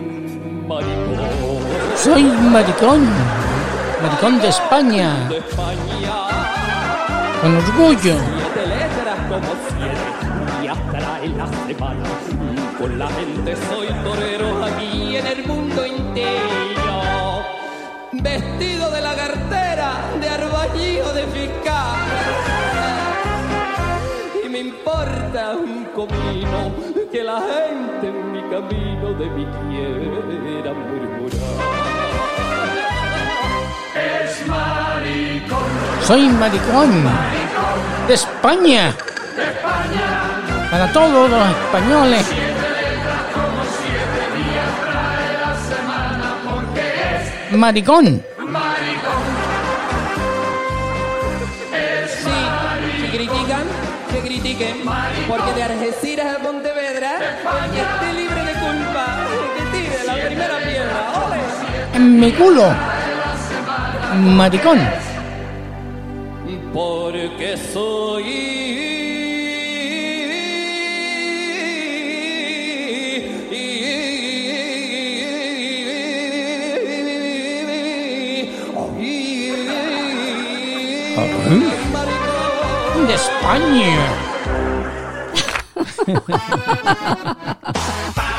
maricón.
Soy maricón, maricón de España,
De España.
con orgullo.
Siete letras como siete días trae la semana. Con la gente soy torero aquí en el mundo entero. Vestido de la cartera, de arbañí o de fiscal. Y me importa un comino que la gente en mi camino de mi quiera murmurar.
Es maricón.
Soy maricón de España,
De España.
para todos los españoles.
Siete letras como siete días trae la semana porque es
Maricón,
maricón. Es
Si critican, que critiquen, porque de Algeciras a Pontevedra, el que esté libre de culpa, que tire la primera piedra. ¡Ole!
en mi culo. Maricón,
Porque soy
de España.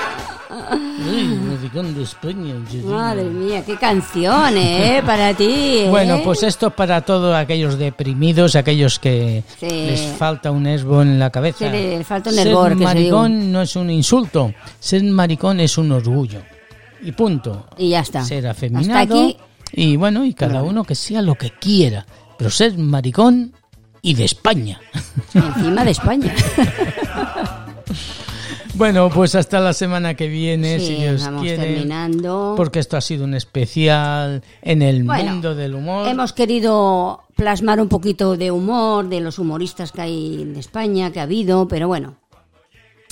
Ay, maricón de España. yo digo.
Madre mía, qué canción, ¿eh? Para ti. ¿eh?
Bueno, pues esto es para todos aquellos deprimidos, aquellos que
Sí.
les falta un esbo en la cabeza.
Se le falta un
Ser
hervor, que se
maricón no es un insulto, ser maricón es un orgullo. Y punto.
Y ya está.
Ser
Hasta
afeminado.
aquí.
Y bueno, y cada uno que sea lo que quiera, pero ser maricón y de España.
Encima de España.
Bueno, pues hasta la semana que viene, si
Sí,
Dios
vamos
quiere.
terminando.
Porque esto ha sido un especial en el
Bueno,
mundo del humor.
Hemos querido plasmar un poquito de humor, de los humoristas que hay en España, que ha habido, pero bueno.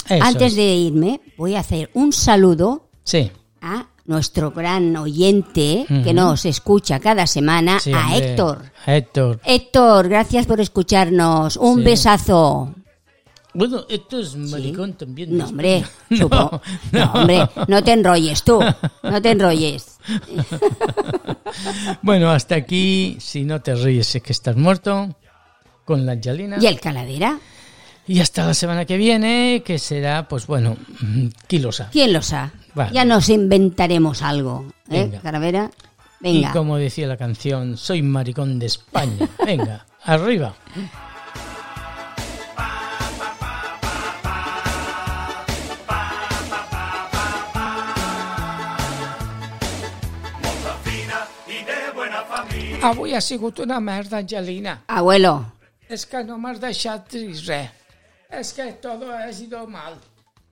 Eso
Antes
es.
de irme, voy a hacer un saludo
Sí.
a nuestro gran oyente
Ujú.
que nos escucha cada semana,
Sí,
a
hombre.
Héctor.
A Héctor.
Héctor, gracias por escucharnos. Un
Sí.
besazo.
Bueno, esto es maricón también. de
No, hombre,
España.
supo-
No,
no, hombre, no te enrolles tú, no te enrolles.
Bueno, hasta aquí, si no te ríes es que estás muerto, con la Angelina.
¿Y el calavera?
Y hasta la semana que viene, que será, pues bueno, kilosa.
¿Quién lo sabe?
Vale.
Ya nos inventaremos algo, ¿eh,
Venga.
calavera?
Y
Venga.
como decía la canción, soy maricón de España. Venga, arriba.
Maricón, y de buena familia.
Ah,
Avui ha sigut una merda, Angelina.
Abuelo,
És que no m'has deixat dir res. És que todo ha sido mal.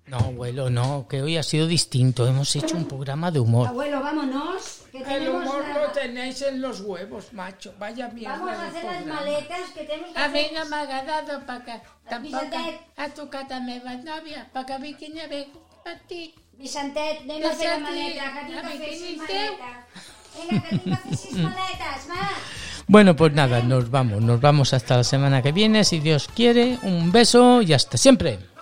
No, abuelo, no, que hoy ha sido distinto. Hemos hecho un programa de humor.
Abuelo, vámonos. Que
El
tenemos
humor
la-
lo tenéis en los huevos, macho. Vaya mierda.
Vamos a
de
hacer las
programa.
maletas que tenemos que
A mi
hacer.
no m'ha agradat pa que tampoc
Vicentet.
ha tocat a meva nòvia, pa que vi quina ve per ti.
Vicentet, anem a fer la maleta, que tinc que fer sis maletes. Vinga, que tinc que fer
Mm.
sis maletes, va.
Bueno, pues nada, nos vamos. Nos vamos hasta la semana que viene, si Dios quiere. Un beso y hasta siempre.